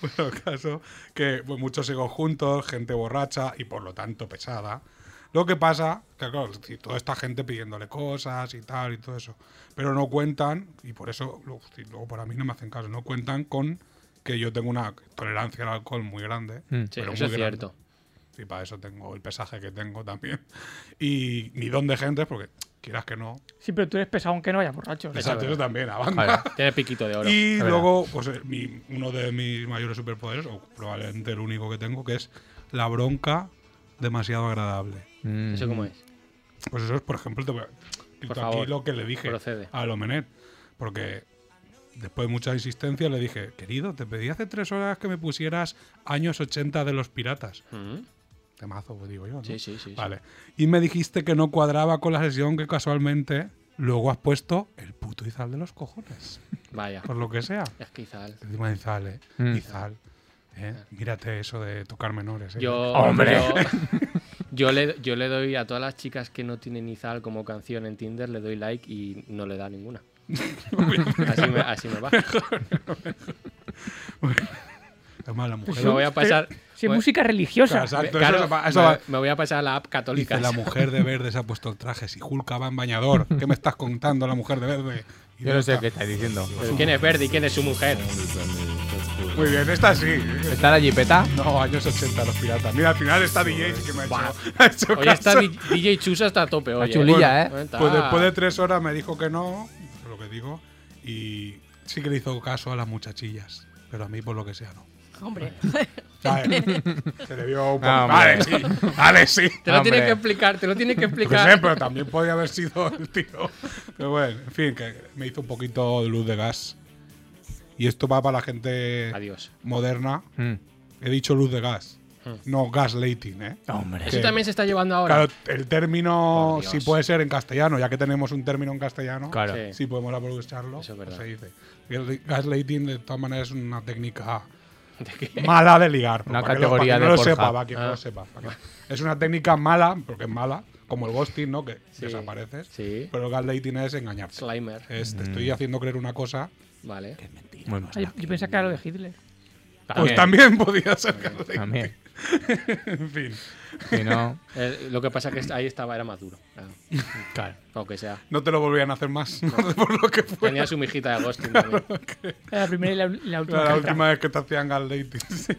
Speaker 2: Bueno, el caso que pues, muchos egos juntos, gente borracha y por lo tanto pesada. Lo que pasa, que claro, si toda esta gente pidiéndole cosas y tal y todo eso, pero no cuentan, y por eso lo- si luego para mí no me hacen caso, no cuentan con que yo tengo una tolerancia al alcohol muy grande.
Speaker 3: Sí,
Speaker 2: pero
Speaker 3: eso es
Speaker 2: muy grande.
Speaker 3: cierto.
Speaker 2: Y para eso tengo el pesaje que tengo también. Y mi don de gente, porque quieras que no.
Speaker 6: Sí, pero tú eres pesado aunque no vayas borracho.
Speaker 2: Exacto, eso también, a banda.
Speaker 4: Vale.
Speaker 3: Tiene piquito de oro.
Speaker 2: Y
Speaker 4: verdad.
Speaker 2: luego, pues eh, mi- uno de mis mayores superpoderes, o probablemente el único que tengo, que es la bronca demasiado agradable.
Speaker 4: Mm.
Speaker 3: ¿Eso cómo es?
Speaker 2: Pues eso es, por ejemplo, te voy a- quito aquí
Speaker 3: favor,
Speaker 2: lo que le dije
Speaker 3: procede.
Speaker 2: a Lomenet. Porque después de mucha insistencia le dije, querido, te pedí hace tres horas que me pusieras años 80 de los piratas.
Speaker 3: Mm.
Speaker 2: Temazo, pues digo yo. ¿no?
Speaker 3: Sí, sí, sí, sí.
Speaker 2: Vale. Y me dijiste que no cuadraba con la sesión que casualmente luego has puesto el puto izal de los cojones.
Speaker 3: Vaya.
Speaker 2: Por lo que sea.
Speaker 3: Es que Izal.
Speaker 2: Encima de Izal, eh.
Speaker 4: Mm.
Speaker 2: Izal, eh. Mírate eso de tocar menores, eh.
Speaker 3: Yo,
Speaker 4: ¡Hombre!
Speaker 3: Yo, yo le, yo le doy a todas las chicas que no tienen Izal como canción en Tinder, le doy like y no le da ninguna. así, me, así me va.
Speaker 2: Además, la mujer.
Speaker 3: Me voy a pasar.
Speaker 6: Si es
Speaker 3: voy-
Speaker 6: música religiosa.
Speaker 2: Exacto,
Speaker 3: claro,
Speaker 2: eso va-
Speaker 3: me-
Speaker 2: eso va-
Speaker 3: me voy a pasar a la app católica.
Speaker 2: Dice, la mujer de verde se ha puesto el traje. Si Julka va en bañador, ¿qué me estás contando la mujer de verde? Y
Speaker 4: Yo no sé
Speaker 2: está-
Speaker 4: qué estáis diciendo.
Speaker 3: Pero ¿Quién es verde y quién es su mujer?
Speaker 2: Muy bien, esta sí.
Speaker 4: ¿Está la jipeta?
Speaker 2: No, años 80 los piratas. Mira, al final está DJ que me ha hecho,
Speaker 3: Buah.
Speaker 2: ha hecho
Speaker 3: Hoy está
Speaker 2: caso.
Speaker 3: Di- DJ Chusa está a tope,
Speaker 4: La
Speaker 3: oye.
Speaker 4: chulilla, ¿eh?
Speaker 3: Bueno, está.
Speaker 2: Pues después de tres horas me dijo que no, por lo que digo, y sí que le hizo caso a las muchachillas, pero a mí por lo que sea no.
Speaker 5: Hombre,
Speaker 2: ¿Sabes? Se le vio un poco.
Speaker 4: Ah,
Speaker 2: vale, sí,
Speaker 4: hombre.
Speaker 2: vale, sí.
Speaker 3: Te lo tiene
Speaker 4: Hombre.
Speaker 3: que explicar, te lo tiene que
Speaker 2: Yo qué sé,
Speaker 3: explicar.
Speaker 2: pero también podía haber sido el tío. Pero bueno, en fin, que me hizo un poquito de luz de gas. Y esto va para la gente
Speaker 3: Adiós.
Speaker 2: moderna.
Speaker 4: Mm.
Speaker 2: He dicho luz de gas. No gaslighting, ¿eh?
Speaker 4: Hombre.
Speaker 2: Sí.
Speaker 3: Mm. Eso también se está llevando ahora.
Speaker 2: Claro, el término
Speaker 3: Por Dios.
Speaker 2: sí puede ser en castellano, ya que tenemos un término en castellano.
Speaker 4: Claro.
Speaker 3: Sí.
Speaker 2: Sí podemos aprovecharlo. pues
Speaker 3: Eso es verdad.
Speaker 2: Se dice. El gaslighting, de todas maneras, es una técnica mala de ligar.
Speaker 4: Una
Speaker 2: para que lo, para
Speaker 4: categoría
Speaker 2: que
Speaker 4: de
Speaker 2: no lo
Speaker 4: Pornhub.
Speaker 2: sepa, va, que no lo sepa. para que- Es una técnica mala, porque es mala, como el ghosting, ¿no? Que
Speaker 3: Sí.
Speaker 2: desapareces.
Speaker 3: Sí.
Speaker 2: Pero el gaslighting es engañarte.
Speaker 3: Slimer.
Speaker 2: Es, te estoy haciendo creer una cosa.
Speaker 3: Vale.
Speaker 4: Bueno,
Speaker 6: Ay, yo pensaba que era lo de Hitler.
Speaker 2: Pues también podía ser gaslighting.
Speaker 4: También.
Speaker 2: En fin.
Speaker 4: Si no,
Speaker 3: Eh, lo que pasa que ahí estaba, era más duro. Claro.
Speaker 4: claro.
Speaker 3: Aunque sea.
Speaker 2: No te lo volvían a hacer más. por lo que fue.
Speaker 3: Tenía su mijita de Ghosting también.
Speaker 6: Era la primera y la, la
Speaker 2: Era
Speaker 6: última.
Speaker 2: la
Speaker 6: carta.
Speaker 2: última vez que te hacían gaslighting. sí.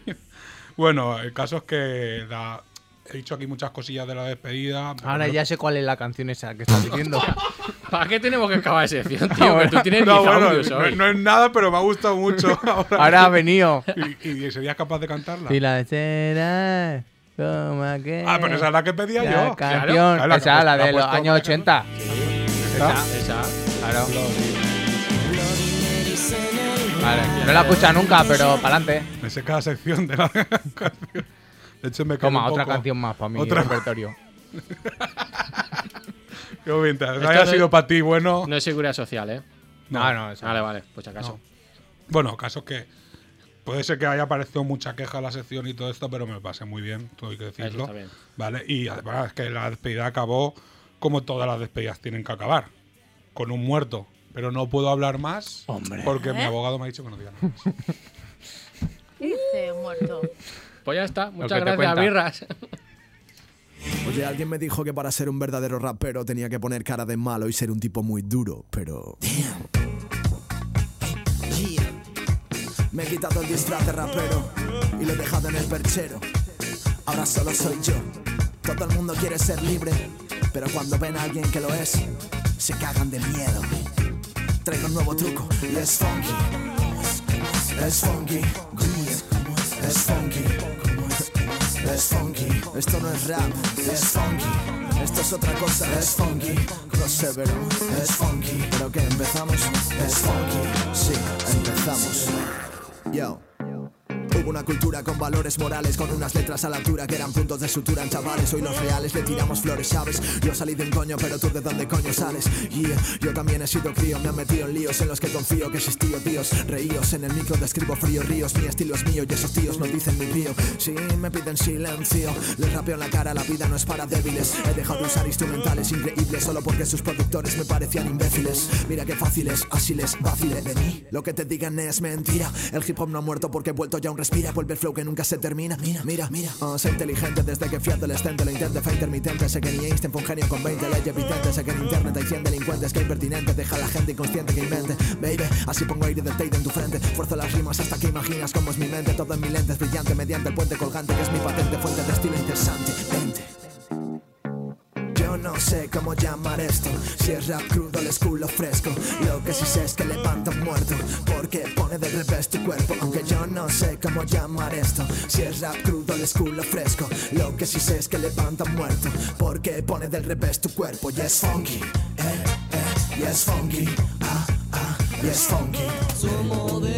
Speaker 2: Bueno, el caso es que la- he dicho aquí muchas cosillas de la despedida. pero
Speaker 4: Ahora
Speaker 2: creo-
Speaker 4: ya sé cuál es la canción esa que estás diciendo.
Speaker 3: ¿Para qué tenemos que acabar ese tío? Que tú tienes
Speaker 2: No,
Speaker 3: mis
Speaker 2: bueno,
Speaker 3: audios
Speaker 2: no-
Speaker 3: hoy.
Speaker 2: no es nada, pero me ha gustado mucho. Ahora.
Speaker 4: Ahora ha venido.
Speaker 2: ¿Y, y serías capaz de cantarla?
Speaker 4: Si la será como aquel.
Speaker 2: Ah, pero esa es la que pedía
Speaker 4: la
Speaker 2: yo.
Speaker 4: canción.
Speaker 2: Claro, la que
Speaker 4: esa, la
Speaker 2: ha
Speaker 4: de los
Speaker 2: puesto
Speaker 4: años
Speaker 2: Alejandro.
Speaker 4: 80.
Speaker 2: Esa.
Speaker 3: Esa.
Speaker 4: Claro. Vale, no la escucha nunca, pero para adelante.
Speaker 2: Me sé cada sección de la canción. De hecho, me quedo
Speaker 4: Toma,
Speaker 2: un
Speaker 4: otra
Speaker 2: poco-
Speaker 4: canción más para mi
Speaker 2: Otra.
Speaker 4: repertorio.
Speaker 2: Qué bonita.
Speaker 3: Esto
Speaker 2: Haya
Speaker 3: no-
Speaker 2: sido para ti, bueno.
Speaker 3: No es seguridad social, ¿eh?
Speaker 4: Ah, No, no, esa.
Speaker 3: Vale, vale. Pues si acaso.
Speaker 2: Bueno, caso es que puede ser que haya aparecido mucha queja a la sección y todo esto, pero me lo pasé muy bien, todo hay que decirlo.
Speaker 3: está bien.
Speaker 2: Vale, y además es que la despedida acabó como todas las despedidas tienen que acabar, con un muerto. Pero no puedo hablar más
Speaker 4: Hombre.
Speaker 2: porque mi
Speaker 5: ¿Eh?
Speaker 2: abogado me ha dicho que no diga nada. más.
Speaker 5: ¿Qué dice muerto?
Speaker 3: Pues ya está. Muchas
Speaker 4: que
Speaker 3: gracias,
Speaker 4: te cuenta.
Speaker 3: birras.
Speaker 7: Oye, alguien me dijo que para ser un verdadero rapero tenía que poner cara de malo y ser un tipo muy duro, pero. Me he quitado el disfraz de rapero y lo he dejado en el perchero. Ahora solo soy yo. Todo el mundo quiere ser libre, pero cuando ven a alguien que lo es, se cagan de miedo. Traigo un nuevo truco y es funky. Es funky. Es funky. Es funky. Esto no es rap, es funky. Esto es otra cosa, es funky. Crossover, es funky. Pero que empezamos, es funky. Sí, empezamos. Yo. Hubo una cultura con valores morales, con unas letras a la altura que eran puntos de sutura en chavales. Hoy los reales le tiramos flores, ¿sabes? Yo salí de un coño, pero tú de dónde coño sales. Y yo también he sido crío, me han metido en líos en los que confío que existió tíos. Reíos en el micro, describo frío ríos, mi estilo es mío y esos tíos no dicen mi río. Si me piden silencio, les rapeo en la cara, la vida no es para débiles. He dejado de usar instrumentales increíbles solo porque sus productores me parecían imbéciles. Mira qué fáciles, así les vacile de mí. Lo que te digan es mentira. El hip hop no ha muerto porque he vuelto ya un respira. Vuelve el flow que nunca se termina. Mira, mira, mira. Ah, sé inteligente desde que fui adolescente. Lo intenté, fue intermitente. Sé que ni Einstein fue un genio con 20 leyes evidentes. Sé que en internet hay 100 delincuentes que impertinente. Deja a la gente inconsciente que invente. Baby, así pongo aire del Tate en tu frente. Fuerzo las rimas hasta que imaginas cómo es mi mente. Todo en mi lente es brillante mediante el puente colgante que es mi patente. Fuente de estilo interesante. Vente. Yo no sé cómo llamar esto. Si es rap crudo, el culo fresco. Lo que sí sé es que levanta un muerto. Porque pone de revés tu cuerpo. Aunque yo no sé cómo llamar esto. Si es rap crudo, el culo fresco. Lo que sí sé es que levanta un muerto. Porque pone del revés tu cuerpo. Y es funky. Eh, eh. Y es funky. Ah, ah. Y es funky.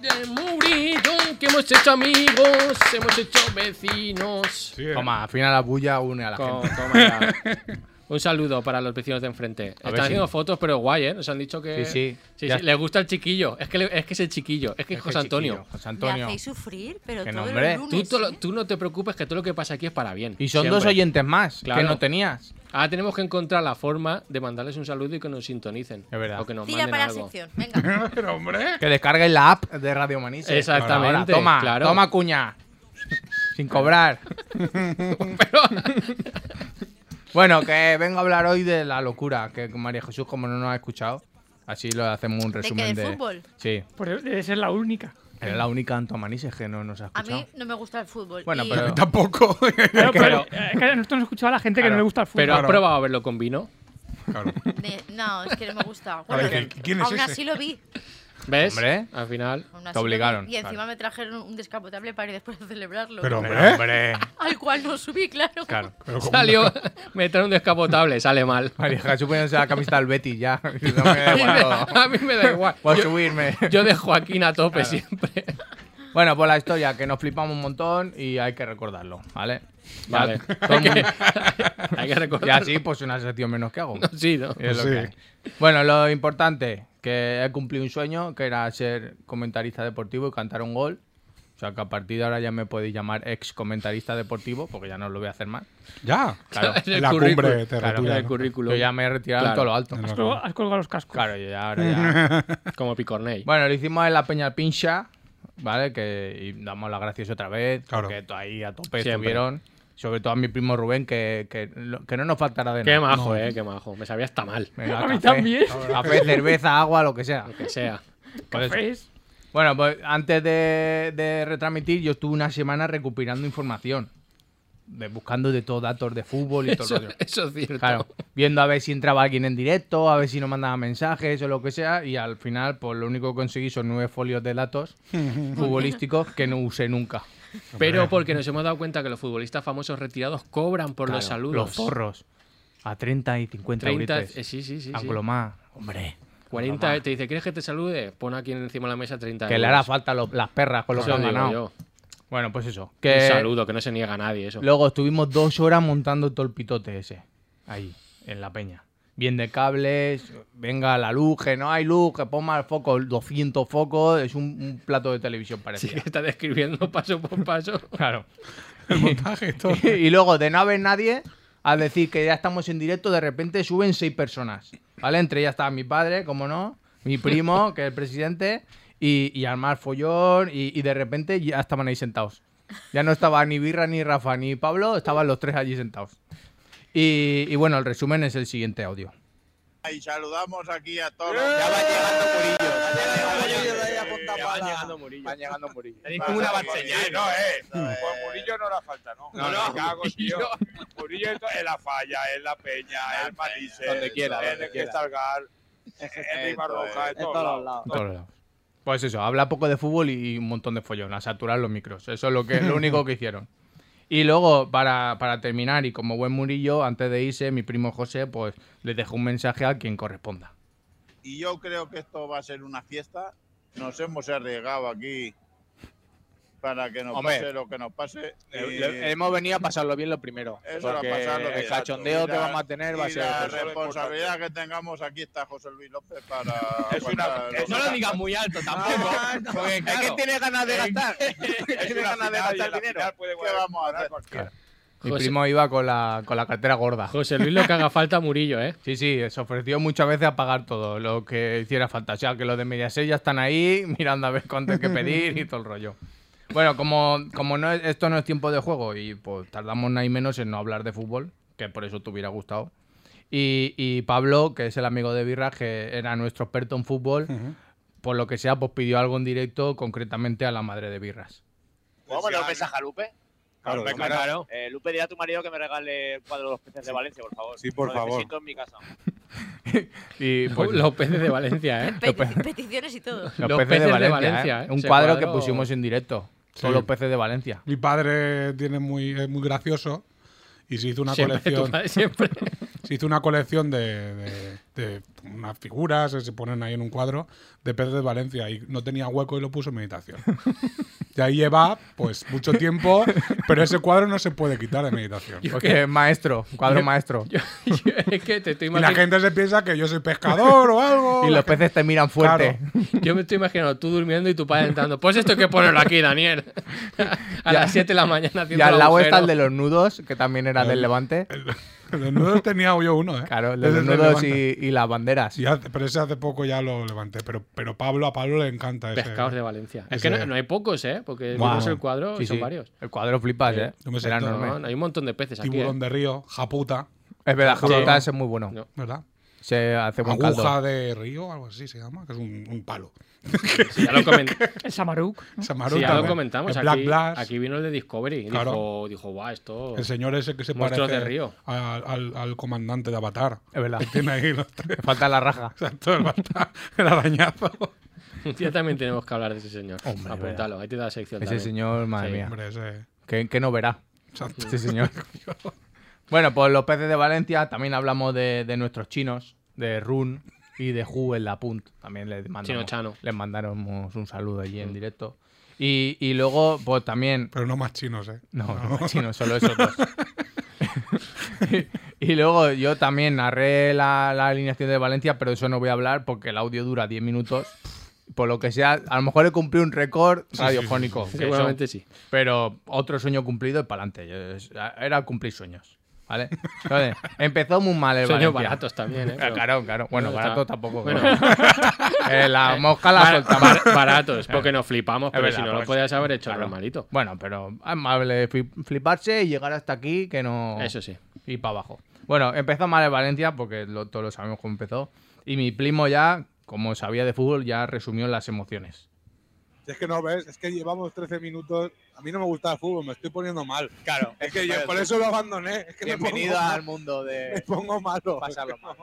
Speaker 3: Del murillón que hemos hecho amigos, hemos hecho vecinos.
Speaker 2: Sí, eh.
Speaker 4: Toma, al final la bulla une a la
Speaker 3: Co-
Speaker 4: gente.
Speaker 3: toma ya. Un saludo para los vecinos de enfrente. Están
Speaker 4: ver si-
Speaker 3: haciendo fotos, pero guay, ¿eh? Nos han dicho que.
Speaker 4: Sí, sí.
Speaker 3: Sí,
Speaker 4: Ya-
Speaker 3: sí, Le gusta el chiquillo. Es que, le- es que es el chiquillo. Es que es
Speaker 4: Es
Speaker 3: José
Speaker 4: el chiquillo,
Speaker 3: Antonio.
Speaker 4: José
Speaker 5: Le
Speaker 4: Antonio.
Speaker 5: hacéis sufrir, pero
Speaker 4: Que no,
Speaker 5: todo
Speaker 4: hombre.
Speaker 5: el
Speaker 3: Tú,
Speaker 5: lunes,
Speaker 3: to-
Speaker 5: ¿eh?
Speaker 3: tú no te preocupes que todo lo que pasa aquí es para bien.
Speaker 4: Y son
Speaker 3: Siempre.
Speaker 4: dos oyentes más que
Speaker 3: Claro.
Speaker 4: no tenías.
Speaker 3: Ahora Ah, tenemos que encontrar la forma de mandarles un saludo y que nos sintonicen.
Speaker 4: Es verdad.
Speaker 3: O que nos
Speaker 5: Tira
Speaker 3: manden
Speaker 5: para la
Speaker 3: algo.
Speaker 5: sección, venga.
Speaker 2: Pero, hombre.
Speaker 4: Que descarguen la app de Radio Manís.
Speaker 3: Exactamente,
Speaker 4: toma,
Speaker 3: claro.
Speaker 4: toma cuña. Sin cobrar. Bueno, que vengo a hablar hoy de la locura, que María Jesús, como no nos ha escuchado, así lo hacemos un
Speaker 5: qué?
Speaker 4: resumen
Speaker 5: ¿De fútbol?
Speaker 4: Sí,
Speaker 6: Pues debe ser la única.
Speaker 4: era la única Antomanises que no nos ha
Speaker 5: A
Speaker 4: escuchado.
Speaker 5: mí no me gusta el fútbol.
Speaker 4: Bueno,
Speaker 5: y-
Speaker 4: pero-
Speaker 2: Tampoco.
Speaker 6: Claro,
Speaker 3: Pero-
Speaker 6: pero, eh, es que a nosotros nos escuchaba la gente que
Speaker 4: Claro,
Speaker 6: no le gusta el fútbol.
Speaker 3: Pero has
Speaker 2: Claro.
Speaker 3: probado a verlo con vino.
Speaker 2: Claro.
Speaker 5: de- No, es que no me gusta. Bueno,
Speaker 2: ¿quién es
Speaker 5: aún
Speaker 2: ese?
Speaker 5: así lo vi.
Speaker 3: ¿Ves?
Speaker 4: Hombre.
Speaker 3: Al final.
Speaker 5: Aún así
Speaker 4: Te
Speaker 5: no-
Speaker 4: obligaron,
Speaker 5: Y encima
Speaker 4: claro.
Speaker 5: me trajeron un descapotable para ir después a celebrarlo.
Speaker 2: Pero, hombre,
Speaker 4: Hombre, hombre.
Speaker 5: Al cual no subí, claro.
Speaker 4: Claro.
Speaker 2: pero como-
Speaker 3: Salió, me trae un descapotable, sale mal.
Speaker 4: María Jesús poniéndose la camiseta al Betty ya. No me da igual todo.
Speaker 3: A mí me da igual.
Speaker 4: Voy a
Speaker 3: Yo-
Speaker 4: subirme.
Speaker 3: Yo de Joaquín a tope siempre.
Speaker 4: Bueno, pues la historia, que nos flipamos un montón y hay que recordarlo, ¿vale?
Speaker 3: Vale.
Speaker 4: Todo el
Speaker 3: Hay que,
Speaker 4: mundo-
Speaker 3: hay que
Speaker 4: Y
Speaker 3: recordar.
Speaker 4: así, pues una sección menos que hago.
Speaker 3: Sí, ¿no?
Speaker 4: Y es lo
Speaker 2: Pues
Speaker 4: que
Speaker 2: sí.
Speaker 4: hay. Bueno, lo importante, que he cumplido un sueño, que era ser comentarista deportivo y cantar un gol. O sea, que a partir de ahora ya me podéis llamar ex comentarista deportivo, porque ya no lo voy a hacer más.
Speaker 2: Ya.
Speaker 4: Claro.
Speaker 3: En el
Speaker 2: La cumbre te
Speaker 3: currículum. Claro,
Speaker 2: retira,
Speaker 3: en el
Speaker 2: ¿no?
Speaker 3: currículum.
Speaker 4: Yo ya me he retirado
Speaker 3: Claro.
Speaker 4: en todo lo alto.
Speaker 6: Has colgado, has colgado los cascos.
Speaker 4: Claro, yo ya ahora ya.
Speaker 3: Como Picornell.
Speaker 4: bueno, lo hicimos en la Peña Pincha, ¿vale? Que y damos las gracias otra vez,
Speaker 2: Claro.
Speaker 4: porque to- ahí a tope
Speaker 3: Siempre.
Speaker 4: estuvieron. Sobre todo a mi primo Rubén, que, que, lo- que no nos faltará de
Speaker 3: qué
Speaker 4: nada.
Speaker 3: majo, eh, qué majo. Me sabía hasta mal.
Speaker 4: Venga,
Speaker 6: A mí
Speaker 4: café,
Speaker 6: también.
Speaker 4: Café, cerveza, agua, lo que sea.
Speaker 3: Lo que sea.
Speaker 4: Por eso.
Speaker 6: Cafés.
Speaker 4: Bueno, pues antes de, de retransmitir, yo estuve una semana recuperando información. De, buscando de todos datos de fútbol y todo
Speaker 3: Eso,
Speaker 4: el rollo.
Speaker 3: eso es cierto.
Speaker 4: Claro, viendo a ver si entraba alguien en directo, a ver si nos mandaba mensajes o lo que sea. Y al final, pues lo único que conseguí son nueve folios de datos futbolísticos que no usé nunca.
Speaker 3: Pero porque nos hemos dado cuenta que los futbolistas famosos retirados cobran por los saludos.
Speaker 4: Los zorros. A 30 y 50
Speaker 3: 30,
Speaker 4: euros.
Speaker 3: eh, sí, sí, sí. sí.
Speaker 4: Ángulo más. Hombre.
Speaker 3: 40, te dice, ¿quieres que te salude? Pon aquí encima de la mesa 30
Speaker 4: Que le hará falta lo- las perras con lo
Speaker 3: euros. eh,
Speaker 4: que
Speaker 3: Eso
Speaker 4: han
Speaker 3: digo
Speaker 4: ganado.
Speaker 3: yo.
Speaker 4: Bueno, pues eso.
Speaker 3: Un
Speaker 4: Que
Speaker 3: saludo, que no se niega a nadie eso.
Speaker 4: Luego estuvimos dos horas montando todo el pitote ese. Ahí, en la peña. Bien de cables, venga la luz, que no hay luz, que ponga el foco, 200 focos, es un, un plato de televisión
Speaker 3: Sí,
Speaker 4: parecía.
Speaker 3: está describiendo paso por paso.
Speaker 4: Claro.
Speaker 2: El montaje, todo.
Speaker 4: y luego, de no haber nadie, al decir que ya estamos en directo, de repente suben seis personas. ¿Vale? Entre ellas estaba mi padre, como no, mi primo, que es el presidente, y, y armar follón, y, y de repente ya estaban ahí sentados. Ya no estaba ni Birra, ni Rafa, ni Pablo, estaban los tres allí sentados. Y, y bueno, el resumen es el siguiente audio.
Speaker 8: Y saludamos aquí a todos. Ya van llegando Murillo. Ya van llegando Murillo. Van llegando Murillo. Tenéis como una batseñal. No, eh. Pues Murillo no hará falta, ¿no? No, no. Cago, tío. Murillo esto en la falla, en la peña, en el Manises. Donde quiera. En el que salgar. En Rima Roja, en todos lados.
Speaker 4: En todos lados. Pues eso, habla poco de fútbol y, y un montón de follón, a saturar los micros. Eso es lo, que, lo único que hicieron. Y luego, para, para terminar, y como buen Murillo, antes de irse, mi primo José, pues le dejó un mensaje a quien corresponda.
Speaker 8: Y yo creo que esto va a ser una fiesta. Nos hemos arriesgado aquí para que nos
Speaker 9: Hombre.
Speaker 8: pase lo que nos pase. Y-
Speaker 9: Eh, Hemos venido a pasarlo bien lo primero.
Speaker 8: Eso era
Speaker 9: porque
Speaker 8: pasarlo bien.
Speaker 9: el cachondeo que
Speaker 8: Y la-
Speaker 9: vamos a tener va a
Speaker 8: y
Speaker 9: ser.
Speaker 8: La
Speaker 9: eso es lo
Speaker 8: responsabilidad que tengamos aquí está José Luis López para. aguantar
Speaker 9: importante.
Speaker 8: los ataques.
Speaker 9: muy alto tampoco.
Speaker 8: Ah,
Speaker 9: porque, es que tiene ganas de gastar.
Speaker 8: Pues Es
Speaker 9: tiene
Speaker 8: una
Speaker 9: ganas
Speaker 8: final y
Speaker 9: de
Speaker 8: en
Speaker 9: gastar
Speaker 8: la
Speaker 9: dinero.
Speaker 8: final puede ¿Qué vamos a hacer? Pues
Speaker 4: Mi
Speaker 3: José-
Speaker 4: primo iba con la, con la cartera gorda.
Speaker 3: José Luis lo que haga falta Murillo, ¿eh?
Speaker 4: Sí, sí, se ofreció muchas veces a pagar todo lo que hiciera falta. O sea, que los de Mediaset ya están ahí mirando a ver cuánto hay que pedir y todo el rollo. Bueno, como, como no es- esto no es tiempo de juego y pues tardamos nada y menos en no hablar de fútbol, que por eso te hubiera gustado. Y, y Pablo, que es el amigo de Birra, que era nuestro experto en fútbol, por lo que sea, pues pidió algo en directo, concretamente a la madre de Birras.
Speaker 9: ¿Cómo no besas a Lupe?
Speaker 8: Claro,
Speaker 9: Hombre,
Speaker 8: claro.
Speaker 9: Eh, Lupe, dile a tu marido que me regale el cuadro de los peces de Valencia, por favor.
Speaker 8: Sí, por
Speaker 9: Lo
Speaker 8: favor.
Speaker 9: necesito en mi casa.
Speaker 4: Y pues,
Speaker 3: Los peces de Valencia, ¿eh?
Speaker 5: Peti- peticiones y todo.
Speaker 4: los
Speaker 3: los
Speaker 4: peces de
Speaker 3: peces de
Speaker 4: Valencia,
Speaker 3: Valencia,
Speaker 4: ¿eh?
Speaker 3: ¿eh?
Speaker 4: un
Speaker 3: Ese
Speaker 4: cuadro, que
Speaker 3: cuadro-
Speaker 4: pusimos en directo,
Speaker 2: Sí.
Speaker 4: todos los peces de Valencia.
Speaker 2: Mi padre tiene muy, es muy gracioso y se hizo una
Speaker 3: siempre, tu
Speaker 2: colección.
Speaker 3: padre siempre.
Speaker 2: Se hizo una colección de, de- de unas figuras que se ponen ahí en un cuadro de Pedro de Valencia y no tenía hueco y lo puso en meditación. Y ahí lleva pues mucho tiempo, pero ese cuadro no se puede quitar de meditación. Y
Speaker 4: Porque es maestro, un cuadro maestro.
Speaker 3: Yo- yo- es que te estoy
Speaker 2: la
Speaker 3: imaginando.
Speaker 2: gente se piensa que yo soy pescador o algo.
Speaker 4: Y los peces te miran fuerte.
Speaker 3: Yo me estoy imaginando tú durmiendo y tu padre entrando. Pues esto hay que ponerlo aquí, Daniel. A las 7 de la mañana
Speaker 4: Y
Speaker 3: haciendo
Speaker 4: al
Speaker 3: el
Speaker 4: lado
Speaker 3: agujero.
Speaker 4: está el de los nudos, que también era del Levante.
Speaker 2: Los nudos tenía yo uno, ¿eh?
Speaker 4: Claro, el de
Speaker 2: Ese
Speaker 4: los
Speaker 2: se
Speaker 4: nudos y,
Speaker 2: levanta.
Speaker 4: y las banderas.
Speaker 2: Sí, hace- pero ese hace poco ya lo levanté. Pero, pero Pablo, a Pablo le encanta ese.
Speaker 3: Pescados de Valencia. Es
Speaker 2: ese-
Speaker 3: que no, no hay pocos, ¿eh? Porque
Speaker 4: Guau.
Speaker 3: vimos el cuadro
Speaker 4: Sí,
Speaker 3: y son
Speaker 4: sí.
Speaker 3: varios.
Speaker 4: El cuadro flipas, ¿eh?
Speaker 2: yo me
Speaker 4: Era
Speaker 2: siento-
Speaker 4: enorme.
Speaker 3: No, no, hay un montón de peces aquí.
Speaker 2: Tiburón
Speaker 3: ¿eh?
Speaker 2: de río, japuta,
Speaker 4: Es verdad,
Speaker 3: Sí.
Speaker 4: Jabotas es muy bueno.
Speaker 3: No.
Speaker 2: ¿verdad?
Speaker 4: Se hace buen
Speaker 2: Aguja
Speaker 4: caldo.
Speaker 2: de río, algo así se llama, que es un, un palo.
Speaker 3: Sí, ya lo comen-
Speaker 6: El Samaruk. ¿no?
Speaker 2: Samaru
Speaker 3: sí, ya lo
Speaker 2: también.
Speaker 3: comentamos.
Speaker 2: El
Speaker 3: Aquí,
Speaker 2: Black Blast,
Speaker 3: aquí vino el de Discovery. y
Speaker 2: Claro.
Speaker 3: Dijo, dijo, guau, esto.
Speaker 2: el señor ese que se
Speaker 3: Monstruos
Speaker 2: parece
Speaker 3: de río.
Speaker 2: a- al, al comandante de Avatar.
Speaker 4: Es verdad.
Speaker 2: Que tiene ahí los tres.
Speaker 4: Me falta la raja.
Speaker 2: Exacto, el, Avatar, el arañazo.
Speaker 3: Un día también tenemos que hablar de ese señor.
Speaker 4: Hombre,
Speaker 3: Apuntalo, ahí te da la sección.
Speaker 4: Ese
Speaker 3: también.
Speaker 4: señor, madre
Speaker 3: Sí.
Speaker 4: mía.
Speaker 2: Hombre, ese.
Speaker 4: Que, que no verá.
Speaker 2: Exacto.
Speaker 4: Sí, señor. bueno, pues los peces de Valencia, también hablamos de, de nuestros chinos, de Run y de Hu en la Punt. También les mandamos,
Speaker 3: Chino Chano. Mm.
Speaker 4: les mandaremos un saludo allí en directo. Y, y luego, pues también.
Speaker 2: Pero no más chinos, ¿eh?
Speaker 4: No, no, chinos, solo esos dos. y luego yo también narré la, la alineación de Valencia, pero eso no voy a hablar porque el audio dura 10 minutos. Por lo que sea, a lo mejor he cumplido un récord radiofónico. que eso-
Speaker 3: Seguramente sí.
Speaker 4: pero otro sueño cumplido es para adelante. Era cumplir sueños. ¿Vale? Entonces, empezó muy mal el
Speaker 3: Sueños
Speaker 4: Valencia.
Speaker 3: baratos también, ¿eh?
Speaker 4: Ah,
Speaker 3: Pero-
Speaker 4: Claro, claro. Bueno,
Speaker 3: Bueno,
Speaker 4: barato
Speaker 3: está-
Speaker 4: tampoco.
Speaker 3: bueno.
Speaker 4: Eh, la mosca la
Speaker 3: Bar-
Speaker 4: soltamos.
Speaker 3: bar- baratos, porque nos flipamos,
Speaker 4: Es
Speaker 3: pero
Speaker 4: verdad,
Speaker 3: si no lo
Speaker 4: pues,
Speaker 3: podías haber hecho
Speaker 4: claro.
Speaker 3: normalito.
Speaker 4: Bueno, pero amable fli- fliparse y llegar hasta aquí que no.
Speaker 3: Eso sí.
Speaker 4: Y para abajo. Bueno, empezó mal el Valencia porque lo- todos lo sabemos cómo empezó. Y mi primo ya, como sabía de fútbol, ya resumió las emociones.
Speaker 10: Es que no ves, es que llevamos 13 minutos. A mí no me gusta el fútbol, me estoy poniendo mal.
Speaker 9: Claro.
Speaker 10: Es que yo por eso lo abandoné. Es que me
Speaker 9: Bienvenido
Speaker 10: pongo mal,
Speaker 9: al mundo
Speaker 10: me
Speaker 9: de
Speaker 10: pongo malo.
Speaker 9: pasarlo mal.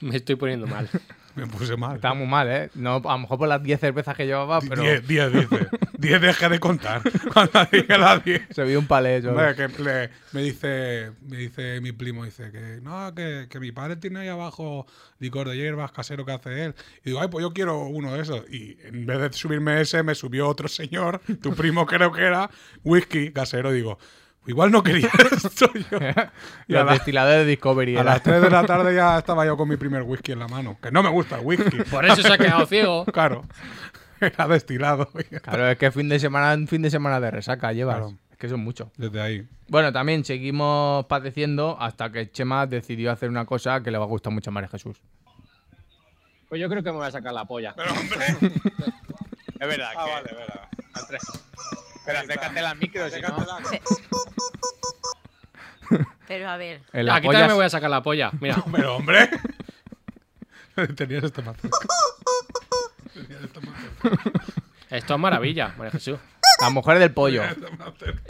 Speaker 3: Me estoy poniendo mal.
Speaker 2: Me puse mal.
Speaker 4: Estaba muy mal, ¿eh? No, a lo mejor por las 10 cervezas que llevaba, pero
Speaker 2: 10, 10 dice. 10 deja de contar. Cuando dije las 10.
Speaker 4: se vio un palé. yo-
Speaker 2: Hombre, que le- me dice me dice mi primo dice que no que, que mi padre tiene ahí abajo licor de hierbas casero que hace él y digo ay pues yo quiero uno de esos y en vez de subirme ese me subió otro señor tu primo creo que era whisky casero digo "Pues igual no quería esto yo y a,
Speaker 4: los
Speaker 2: la-
Speaker 4: destiladores de Discovery.
Speaker 2: a
Speaker 4: era-
Speaker 2: las 3 de la tarde ya estaba yo con mi primer whisky en la mano que no me gusta el whisky
Speaker 3: Por eso se ha quedado ciego.
Speaker 2: claro era destilado
Speaker 4: Claro, es que fin de semana, un fin de semana de resaca llevas.
Speaker 2: Claro.
Speaker 4: Es que son mucho.
Speaker 2: desde ahí
Speaker 4: Bueno, también seguimos padeciendo hasta que Chema decidió hacer una cosa que le va a gustar mucho a María Jesús.
Speaker 9: Pues yo creo que me voy a sacar la polla.
Speaker 8: Es verdad.
Speaker 10: Ah,
Speaker 8: que-
Speaker 10: vale, verdad.
Speaker 8: Pero acércate la micro, si no.
Speaker 5: Sí. Pero a ver,
Speaker 4: En la
Speaker 3: Aquí
Speaker 4: polla
Speaker 3: también me
Speaker 4: se-
Speaker 3: voy a sacar la polla. Mira,
Speaker 2: Pero hombre. Tenías este esto más cerca. Tenías esto más cerca.
Speaker 3: esto es maravilla, María Jesús.
Speaker 4: Las mujeres del pollo.
Speaker 2: Esto más cerca.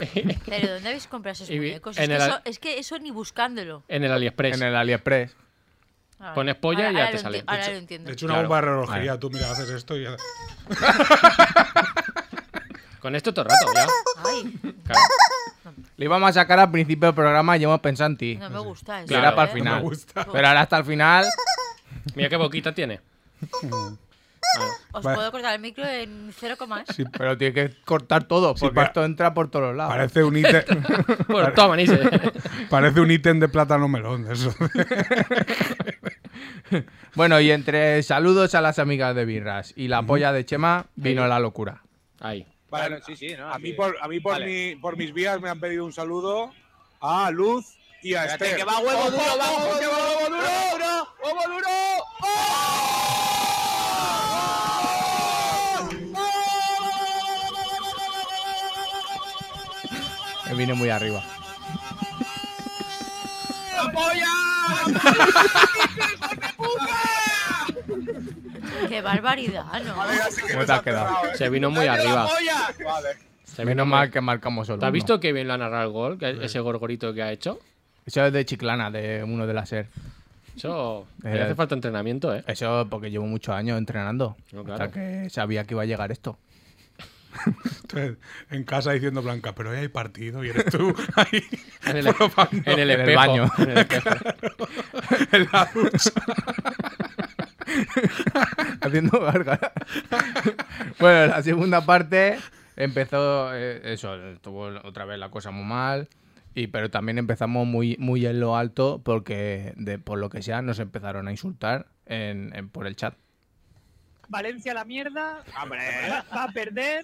Speaker 5: ¿pero dónde habéis comprado esos
Speaker 3: Y vi-
Speaker 5: muñecos? Es
Speaker 3: en
Speaker 5: que,
Speaker 3: el
Speaker 5: eso,
Speaker 3: al-
Speaker 5: es que eso ni buscándolo.
Speaker 3: En el AliExpress.
Speaker 4: En el AliExpress.
Speaker 5: Ahora-
Speaker 3: Pones polla y
Speaker 5: ahora-
Speaker 3: ya
Speaker 5: ahora
Speaker 3: te
Speaker 5: lo
Speaker 3: sale.
Speaker 5: enti- Ahora lo entiendo.
Speaker 2: De hecho, una
Speaker 3: Claro.
Speaker 2: bomba de relojería. Tú, mira, haces esto y ya.
Speaker 3: Con esto todo el rato, ya.
Speaker 5: Ay,
Speaker 3: Claro.
Speaker 4: Le íbamos a sacar al principio del programa y hemos pensado en ti.
Speaker 5: no me gusta eso.
Speaker 4: Que era
Speaker 3: Claro,
Speaker 4: para el
Speaker 5: ¿eh?
Speaker 4: final.
Speaker 2: me gusta.
Speaker 4: Pero ahora hasta el final.
Speaker 3: Mira qué boquita tiene.
Speaker 5: Os
Speaker 2: Vale.
Speaker 5: puedo cortar el micro en 0, más.
Speaker 2: Sí,
Speaker 4: Pero tienes que cortar todo,
Speaker 2: Sí,
Speaker 4: porque
Speaker 2: pa-
Speaker 4: esto entra por todos lados.
Speaker 2: Parece un ítem.
Speaker 3: Por todo manises.
Speaker 2: Parece un ítem de plátano melón. de Eso.
Speaker 4: Bueno, y entre saludos a las amigas de Birras y la polla de Chema, vino la locura.
Speaker 3: Ahí.
Speaker 10: Vale,
Speaker 9: Bueno, sí, sí, ¿no?
Speaker 10: A mí
Speaker 9: Sí.
Speaker 10: por, a mí por,
Speaker 9: Vale.
Speaker 10: mi- por mis vías me han pedido un saludo a Luz y a
Speaker 9: Espérate,
Speaker 10: Esther.
Speaker 9: que va huevo duro, va
Speaker 10: ¡Ojo,
Speaker 9: huevo
Speaker 10: que va huevo duro!
Speaker 9: ¡Huevo duro!
Speaker 4: Que vino Eh, muy arriba.
Speaker 9: ¡La polla!
Speaker 5: Qué barbaridad, ¿no?
Speaker 4: ¿Cómo te has quedado?
Speaker 3: Se vino muy arriba.
Speaker 10: Vale.
Speaker 3: Se vino
Speaker 4: Menos
Speaker 3: muy-
Speaker 4: mal que marcamos solo.
Speaker 3: ¿Te has
Speaker 4: uno.
Speaker 3: visto qué bien lo ha narrado el gol? Que- Ese gorgorito que ha hecho.
Speaker 4: Eso es de Chiclana, de uno de la SER.
Speaker 3: Eso.
Speaker 4: Eh,
Speaker 3: le hace falta entrenamiento, ¿eh?
Speaker 4: Eso porque llevo muchos años entrenando.
Speaker 3: No,
Speaker 4: Hasta
Speaker 3: claro.
Speaker 4: que sabía que iba a llegar esto.
Speaker 2: Entonces, en casa diciendo Blanca, pero hoy hay partido y eres tú ahí
Speaker 3: En el,
Speaker 2: probando
Speaker 3: en el
Speaker 4: En el
Speaker 3: espejo,
Speaker 4: baño.
Speaker 3: en el espejo.
Speaker 2: en la ducha.
Speaker 4: Haciendo gargara. bueno, la segunda parte empezó eh, eso, estuvo otra vez la cosa muy mal. Y, pero también empezamos muy, muy en lo alto porque, de, por lo que sea, nos empezaron a insultar en, en- por el chat.
Speaker 11: Valencia la mierda,
Speaker 8: ¡Hombre!
Speaker 11: va a perder,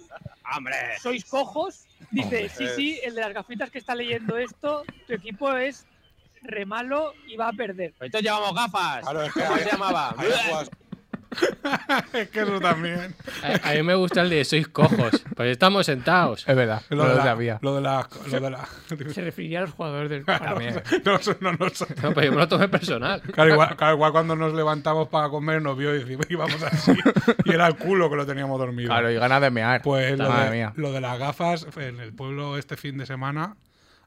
Speaker 8: ¡Hombre!
Speaker 11: sois cojos. Dice, sí, sí, el de las gafitas que está leyendo esto, tu equipo es re malo y va a perder.
Speaker 9: Pues entonces llevamos gafas.
Speaker 10: Claro, es que
Speaker 9: ¿Cómo se llamaba?
Speaker 10: Ahí juegas.
Speaker 2: es que eso también.
Speaker 3: A, a mí me gusta el de sois cojos. Pues estamos sentados.
Speaker 4: Es verdad, no
Speaker 2: de
Speaker 4: lo
Speaker 2: la-
Speaker 4: sabía.
Speaker 2: Lo de la. Lo de la...
Speaker 6: Se refería a los jugadores del
Speaker 4: También.
Speaker 2: No, eso no, no, eso-
Speaker 3: No, pero yo me lo tomé personal.
Speaker 2: Claro igual, claro, igual cuando nos levantamos para comer nos vio y decimos, íbamos así. Y era el culo que lo teníamos dormido.
Speaker 4: Claro, y ganas de mear.
Speaker 2: pues lo
Speaker 4: Madre
Speaker 2: de,
Speaker 4: mía.
Speaker 2: lo de las gafas, en el pueblo este fin de semana,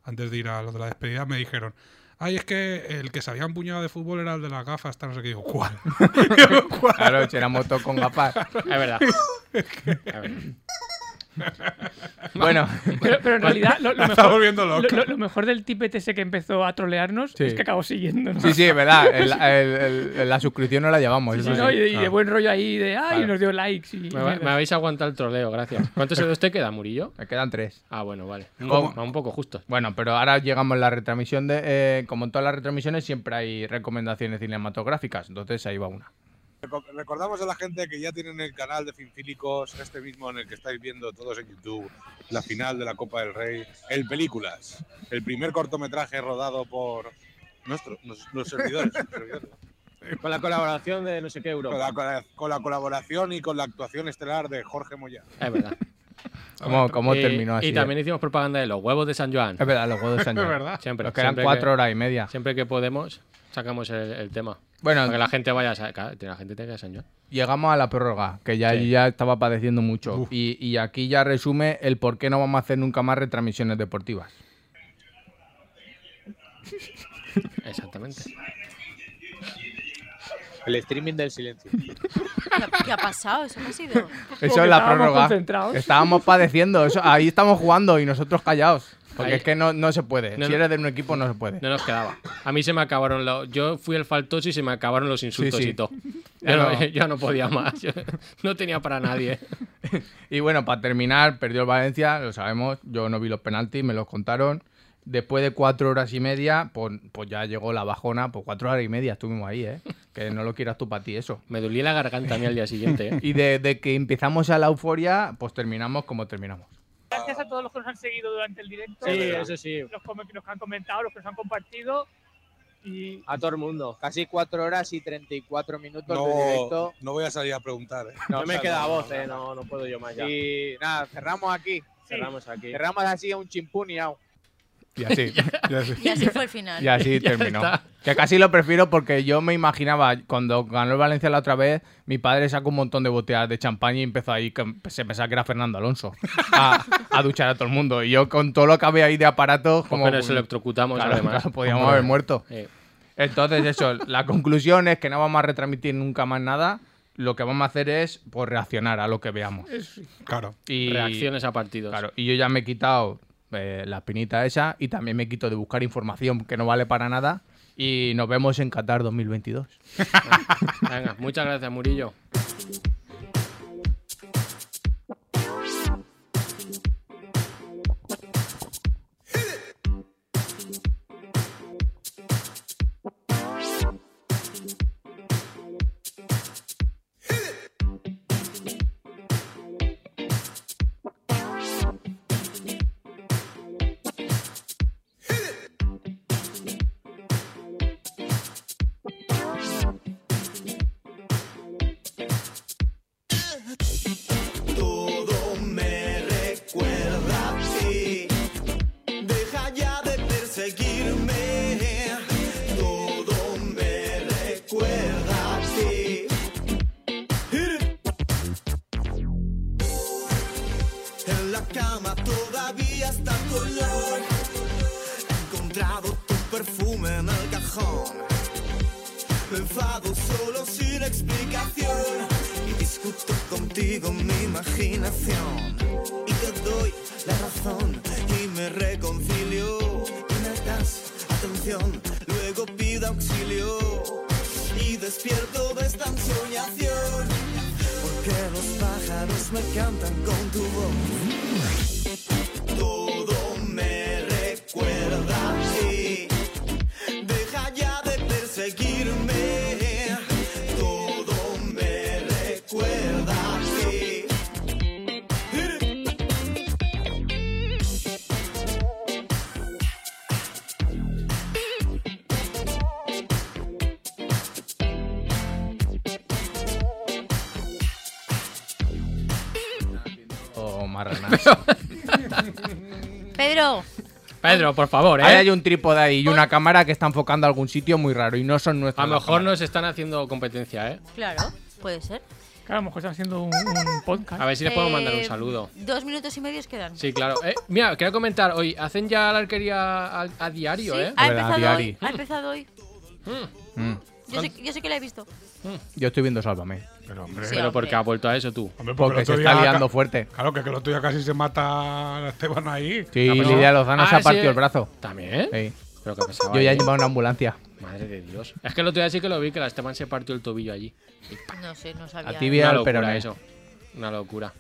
Speaker 2: antes de ir a lo de la despedida, me dijeron, Ay, es que el que se había empuñado de fútbol era el de las gafas, tal, no sé qué. Digo, ¿cuál?
Speaker 4: Claro, si era moto con gafas. Es verdad.
Speaker 2: Es que-
Speaker 4: Es verdad. Bueno.
Speaker 6: Pero, pero en realidad, lo, lo
Speaker 4: La está
Speaker 6: mejor,
Speaker 4: volviendo loca.
Speaker 6: lo- lo- lo mejor del tipete ese que empezó a trolearnos
Speaker 4: Sí.
Speaker 6: es que acabó siguiendo.
Speaker 4: Sí, sí, es verdad. el- el- el- la suscripción no la llevamos.
Speaker 6: Sí,
Speaker 4: eso
Speaker 6: ¿no?
Speaker 4: sí.
Speaker 6: y, de- y de
Speaker 4: Ah.
Speaker 6: buen rollo ahí, de ay,
Speaker 4: Claro.
Speaker 6: nos dio likes. Y,
Speaker 3: Me, va- me habéis aguantado el troleo, gracias. ¿Cuántos euros te queda, Murillo?
Speaker 4: Me quedan tres.
Speaker 3: Ah, bueno, vale. Un,
Speaker 4: ¿Cómo?
Speaker 3: poco- un poco justo.
Speaker 4: Bueno, pero ahora llegamos a la retransmisión de. eh, como en todas las retransmisiones, siempre hay recomendaciones cinematográficas. Entonces ahí va una.
Speaker 10: Reco- Recordamos a la gente que ya tienen el canal de Finfílicos, este mismo en el que estáis viendo todos en YouTube, la final de la Copa del Rey, el Películas, el primer cortometraje rodado por nuestros los, los servidores. los servidores.
Speaker 9: Con la colaboración de no sé qué euro.
Speaker 10: Con la, cola- con la colaboración y con la actuación estelar de Jorge Moya.
Speaker 3: Es verdad.
Speaker 4: ¿Cómo, cómo
Speaker 3: Y-
Speaker 4: terminó así? eh?
Speaker 3: Y también hicimos propaganda de los huevos de San Joan.
Speaker 4: Es verdad, los huevos de San Joan.
Speaker 3: Siempre.
Speaker 4: Nos quedan
Speaker 3: siempre
Speaker 4: cuatro
Speaker 3: que-
Speaker 4: horas y media.
Speaker 3: Siempre que podemos, sacamos el, el tema.
Speaker 4: Bueno,
Speaker 3: Para que la gente vaya a. sa- claro, La gente tenga San Joan.
Speaker 4: Llegamos a la prórroga, que ya,
Speaker 3: Sí.
Speaker 4: ya estaba padeciendo mucho. Y, y aquí ya resume el por qué no vamos a hacer nunca más retransmisiones deportivas.
Speaker 3: Exactamente.
Speaker 9: El streaming del silencio.
Speaker 5: ¿Qué ha pasado? ¿Eso qué ha sido?
Speaker 4: Eso es la prórroga. Estábamos padeciendo. Eso, ahí estamos jugando y nosotros callados. Porque
Speaker 3: Ahí-
Speaker 4: es que no, no se puede.
Speaker 3: No,
Speaker 4: si
Speaker 3: no.
Speaker 4: eres de un equipo, no se puede.
Speaker 3: No nos quedaba. A mí se me acabaron los. Yo fui el faltoso y se me acabaron los insultos
Speaker 4: sí.
Speaker 3: y todo.
Speaker 4: Ya
Speaker 3: Yo no,
Speaker 4: no.
Speaker 3: yo no podía más. Yo no tenía para nadie.
Speaker 4: Y bueno, para terminar, perdió el Valencia, lo sabemos. Yo no vi los penaltis, me los contaron. Después de cuatro horas y media, pues, pues ya llegó la bajona. Pues cuatro horas y media estuvimos ahí, ¿eh? Que no lo quieras tú para ti, eso.
Speaker 3: Me dolía la garganta a mí al día siguiente. ¿eh?
Speaker 4: Y desde que empezamos a la euforia, pues terminamos como terminamos.
Speaker 6: Gracias a todos los que nos han seguido durante el directo.
Speaker 9: Sí, eso sí.
Speaker 6: Los com- que nos han comentado, los que nos han compartido. Y
Speaker 9: A todo el mundo. Casi 4 horas y 34 minutos de
Speaker 10: No,
Speaker 9: directo.
Speaker 10: no voy a salir a preguntar. ¿eh?
Speaker 9: No,
Speaker 10: O
Speaker 9: me
Speaker 10: sea,
Speaker 9: queda voz,
Speaker 10: no,
Speaker 9: eh.
Speaker 10: no.
Speaker 9: No, no puedo yo más ya.
Speaker 10: Y
Speaker 9: nada, cerramos aquí.
Speaker 6: Cerramos
Speaker 9: aquí. Cerramos así a un chimpún y au.
Speaker 4: Y así. y así.
Speaker 5: Y así fue el final.
Speaker 4: Y así
Speaker 5: Ya
Speaker 4: terminó.
Speaker 5: está.
Speaker 4: Que casi lo prefiero porque yo me imaginaba, cuando ganó el Valencia la otra vez, mi padre sacó un montón de botellas de champaña y empezó ahí, que se pensaba que era Fernando Alonso, a, a duchar a todo el mundo. Y yo con todo lo que había ahí de
Speaker 9: Pues
Speaker 4: aparatos, como...
Speaker 3: pero nos electrocutamos,
Speaker 4: Claro,
Speaker 3: además.
Speaker 4: claro, podíamos
Speaker 3: Hombre.
Speaker 4: haber muerto.
Speaker 3: Eh,
Speaker 4: Entonces eso, la conclusión es que no vamos a retransmitir nunca más nada. Lo que vamos a hacer es pues, reaccionar a lo que veamos.
Speaker 2: Claro.
Speaker 4: Y,
Speaker 3: Reacciones a partidos.
Speaker 4: Claro, y yo ya me he quitado eh, la espinita esa y también me quito de buscar información que no vale para nada. Y nos vemos en Qatar 2022.
Speaker 3: Venga, muchas gracias, Murillo.
Speaker 12: Todo me recuerda a ti. Deja ya de perseguirme. Todo me recuerda a ti. En la cama todavía está tu olor. He encontrado tu perfume en el cajón. Me enfado solo sin explicación y discuto contigo mi imaginación. Y te doy la razón y me reconcilio. Y me das atención, luego pido auxilio y despierto de esta ensoñación. Porque los pájaros me cantan con tu voz. Todo me recuerda a ti. Deja ya de perseguirme. Todo me recuerda a ti.
Speaker 4: O marranas.
Speaker 5: Pedro,
Speaker 3: Pedro, por favor, ¿eh?
Speaker 4: Ahí hay un trípode ahí y una cámara que está enfocando a algún sitio muy raro y no son
Speaker 3: A
Speaker 4: nuestros.
Speaker 3: lo mejor nos están haciendo competencia, ¿eh?
Speaker 5: claro, puede ser.
Speaker 6: Claro, a lo mejor están haciendo un, un podcast.
Speaker 3: A ver si les podemos mandar un
Speaker 5: Eh,
Speaker 3: saludo.
Speaker 5: Dos minutos y medio os quedan.
Speaker 3: Sí, claro. Eh, mira, quería comentar hoy, hacen ya la arquería a, a Mm. diario,
Speaker 5: Sí, Ah,
Speaker 3: ¿eh?
Speaker 5: Ha empezado hoy. Ha empezado hoy.
Speaker 2: Mm.
Speaker 5: Yo sé, yo sé que la he visto.
Speaker 4: Yo estoy viendo Sálvame.
Speaker 2: Pero,
Speaker 5: Sí, Pero
Speaker 3: ¿por qué ha vuelto a eso tú?
Speaker 2: Hombre,
Speaker 4: porque
Speaker 2: el otro
Speaker 4: se está
Speaker 2: día ca-
Speaker 4: liando fuerte.
Speaker 2: Claro, que, que el otro día casi se mata a Esteban ahí.
Speaker 4: Sí,
Speaker 2: La persona-
Speaker 4: Lidia Lozano se ha partido el brazo.
Speaker 3: Ah, ¿También?
Speaker 4: Sí.
Speaker 3: Pero qué pasaba
Speaker 4: Yo ya he
Speaker 3: ahí.
Speaker 4: llevado una ambulancia.
Speaker 3: Madre de Dios. Es que el otro día sí que lo vi que la Esteban se partió el tobillo allí. Y ¡pa!
Speaker 5: No sé, no sabía.
Speaker 4: A tibia
Speaker 3: Una
Speaker 4: al
Speaker 3: locura
Speaker 4: peroné.
Speaker 3: eso. Una locura.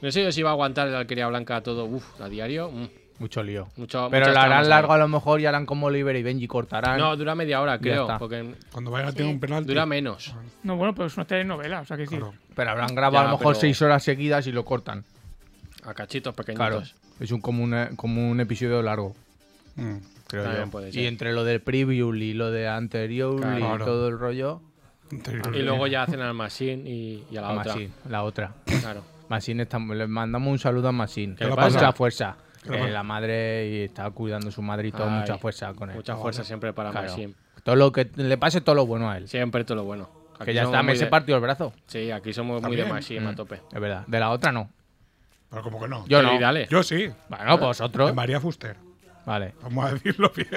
Speaker 3: No sé yo si iba a aguantar la alquería blanca todo, uff, a diario. mm.
Speaker 4: Mucho lío.
Speaker 3: Mucho,
Speaker 4: Pero
Speaker 3: muchas
Speaker 4: lo
Speaker 3: tramas
Speaker 4: harán
Speaker 3: ahí.
Speaker 4: largo a lo mejor y harán como Oliver y Benji cortarán.
Speaker 3: No, dura media hora,
Speaker 4: Ya
Speaker 3: creo.
Speaker 4: está.
Speaker 3: Porque
Speaker 2: Cuando vaya a tener un penalti.
Speaker 3: dura menos.
Speaker 6: No, bueno, pero es una telenovela, o sea que sí.
Speaker 4: Pero habrán grabado a
Speaker 3: Ya,
Speaker 4: lo mejor
Speaker 3: pero-
Speaker 4: seis horas seguidas y lo cortan.
Speaker 3: A cachitos pequeñitos.
Speaker 4: Claro. Es un, como, un, como un episodio largo.
Speaker 2: Mm.
Speaker 4: Creo
Speaker 3: También
Speaker 4: yo.
Speaker 3: puede
Speaker 4: Y
Speaker 3: ser.
Speaker 4: entre lo del preview y lo de anterior
Speaker 3: Claro.
Speaker 4: y todo el rollo.
Speaker 2: Anterior.
Speaker 3: Y luego ya hacen al Machine y, y a la
Speaker 4: a
Speaker 3: otra.
Speaker 4: Masin, la otra.
Speaker 3: Claro.
Speaker 4: Masin está, le mandamos un saludo a Masin.
Speaker 3: ¿Qué le pasa?
Speaker 4: Mucha fuerza.
Speaker 3: ¿Qué le
Speaker 4: Eh,
Speaker 3: pasa?
Speaker 4: la madre y está cuidando a su madre y todo.
Speaker 3: Ay,
Speaker 4: mucha fuerza con él.
Speaker 3: Mucha fuerza siempre para
Speaker 4: Claro.
Speaker 3: Maxim.
Speaker 4: Todo lo que le pase todo lo bueno a él.
Speaker 3: Siempre todo lo bueno. Aquí
Speaker 4: Que ya
Speaker 3: somos
Speaker 4: está,
Speaker 3: muy
Speaker 4: me se
Speaker 3: de-
Speaker 4: partió el brazo.
Speaker 3: Sí, aquí somos muy de
Speaker 2: También.
Speaker 3: Maxim a
Speaker 4: Mm.
Speaker 3: tope.
Speaker 4: Es verdad. De la otra no.
Speaker 2: Pero como que no.
Speaker 4: Yo
Speaker 3: Pero
Speaker 4: no.
Speaker 3: y dale.
Speaker 2: Yo sí.
Speaker 3: Ah.
Speaker 4: Bueno, vosotros.
Speaker 2: De María Fuster.
Speaker 4: Vale.
Speaker 2: Vamos a decirlo bien.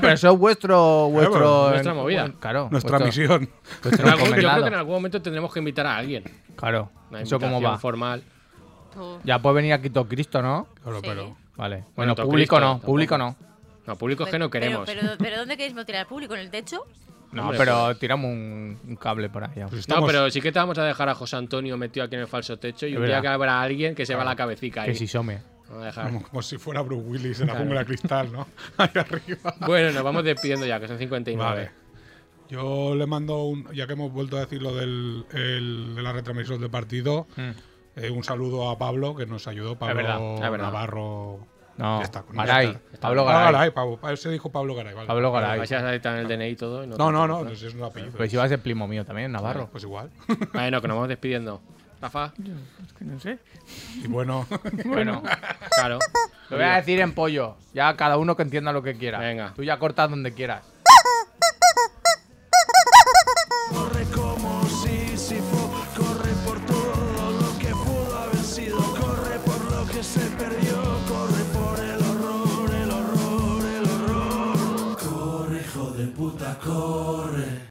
Speaker 4: pero eso es vuestro. vuestro
Speaker 3: nuestra movida.
Speaker 4: Claro.
Speaker 2: Nuestra
Speaker 4: vuestro-
Speaker 2: misión.
Speaker 4: vuestro
Speaker 3: En algún- yo creo
Speaker 4: encomendado.
Speaker 3: que en algún momento tendremos que invitar a alguien.
Speaker 4: Claro.
Speaker 3: Una
Speaker 4: Eso cómo
Speaker 3: invitación
Speaker 4: va.
Speaker 3: formal.
Speaker 5: Tú.
Speaker 4: Ya puede venir aquí todo Cristo, ¿no?
Speaker 2: Claro,
Speaker 5: Sí.
Speaker 2: pero.
Speaker 4: Vale. Bueno,
Speaker 3: todo
Speaker 4: público
Speaker 3: Cristo,
Speaker 4: no.
Speaker 3: tampoco.
Speaker 4: Público no.
Speaker 3: No, público es que no
Speaker 5: Pero-
Speaker 3: queremos.
Speaker 5: Pero, pero ¿dónde queréis tirar al público? ¿En el techo?
Speaker 4: No,
Speaker 3: Hombre, pues-
Speaker 4: pero tiramos un, un cable por allá.
Speaker 2: pues
Speaker 3: No,
Speaker 2: estamos-
Speaker 3: pero sí que te vamos a dejar a José Antonio metido aquí en el falso techo y
Speaker 4: Es
Speaker 3: un día
Speaker 4: verdad.
Speaker 3: que habrá alguien que se va la cabecita
Speaker 4: Que
Speaker 3: ahí.
Speaker 4: si some.
Speaker 3: Vamos a dejar.
Speaker 2: Como, como si fuera Bruce Willis en la jungla de cristal, ¿no? Ahí arriba.
Speaker 3: Bueno, nos vamos despidiendo ya, que son 59.
Speaker 2: Vale. Yo le mando un. Ya que hemos vuelto a decir lo del, el- de la retransmisión del partido, eh, un saludo a Pablo, que nos ayudó. Pablo
Speaker 4: Mm. verdad,
Speaker 3: es verdad.
Speaker 2: Navarro.
Speaker 4: No.
Speaker 2: Ya está, ya
Speaker 4: Garay.
Speaker 2: está.
Speaker 4: Pablo
Speaker 2: Ah,
Speaker 4: Garay.
Speaker 2: Pablo. Ah, Se dijo Pablo Garay, vale.
Speaker 4: Pablo Garay.
Speaker 3: Así has editado en el DNI y todo. y
Speaker 2: No, no, no, no, si es un apellido.
Speaker 4: Pues si va a ser primo mío también, Navarro.
Speaker 2: Pues igual.
Speaker 3: Bueno, que nos vamos despidiendo. Rafa,
Speaker 6: Es que no sé.
Speaker 2: Y bueno,
Speaker 4: Bueno,
Speaker 3: claro.
Speaker 4: lo voy a decir en pollo. Ya cada uno que entienda lo que quiera.
Speaker 3: Venga.
Speaker 4: Tú ya cortas donde quieras.
Speaker 12: Corre como Sísifo, corre por todo lo que pudo haber sido, corre por lo que se perdió, corre por el horror, el horror, el horror. Corre, hijo de puta, corre.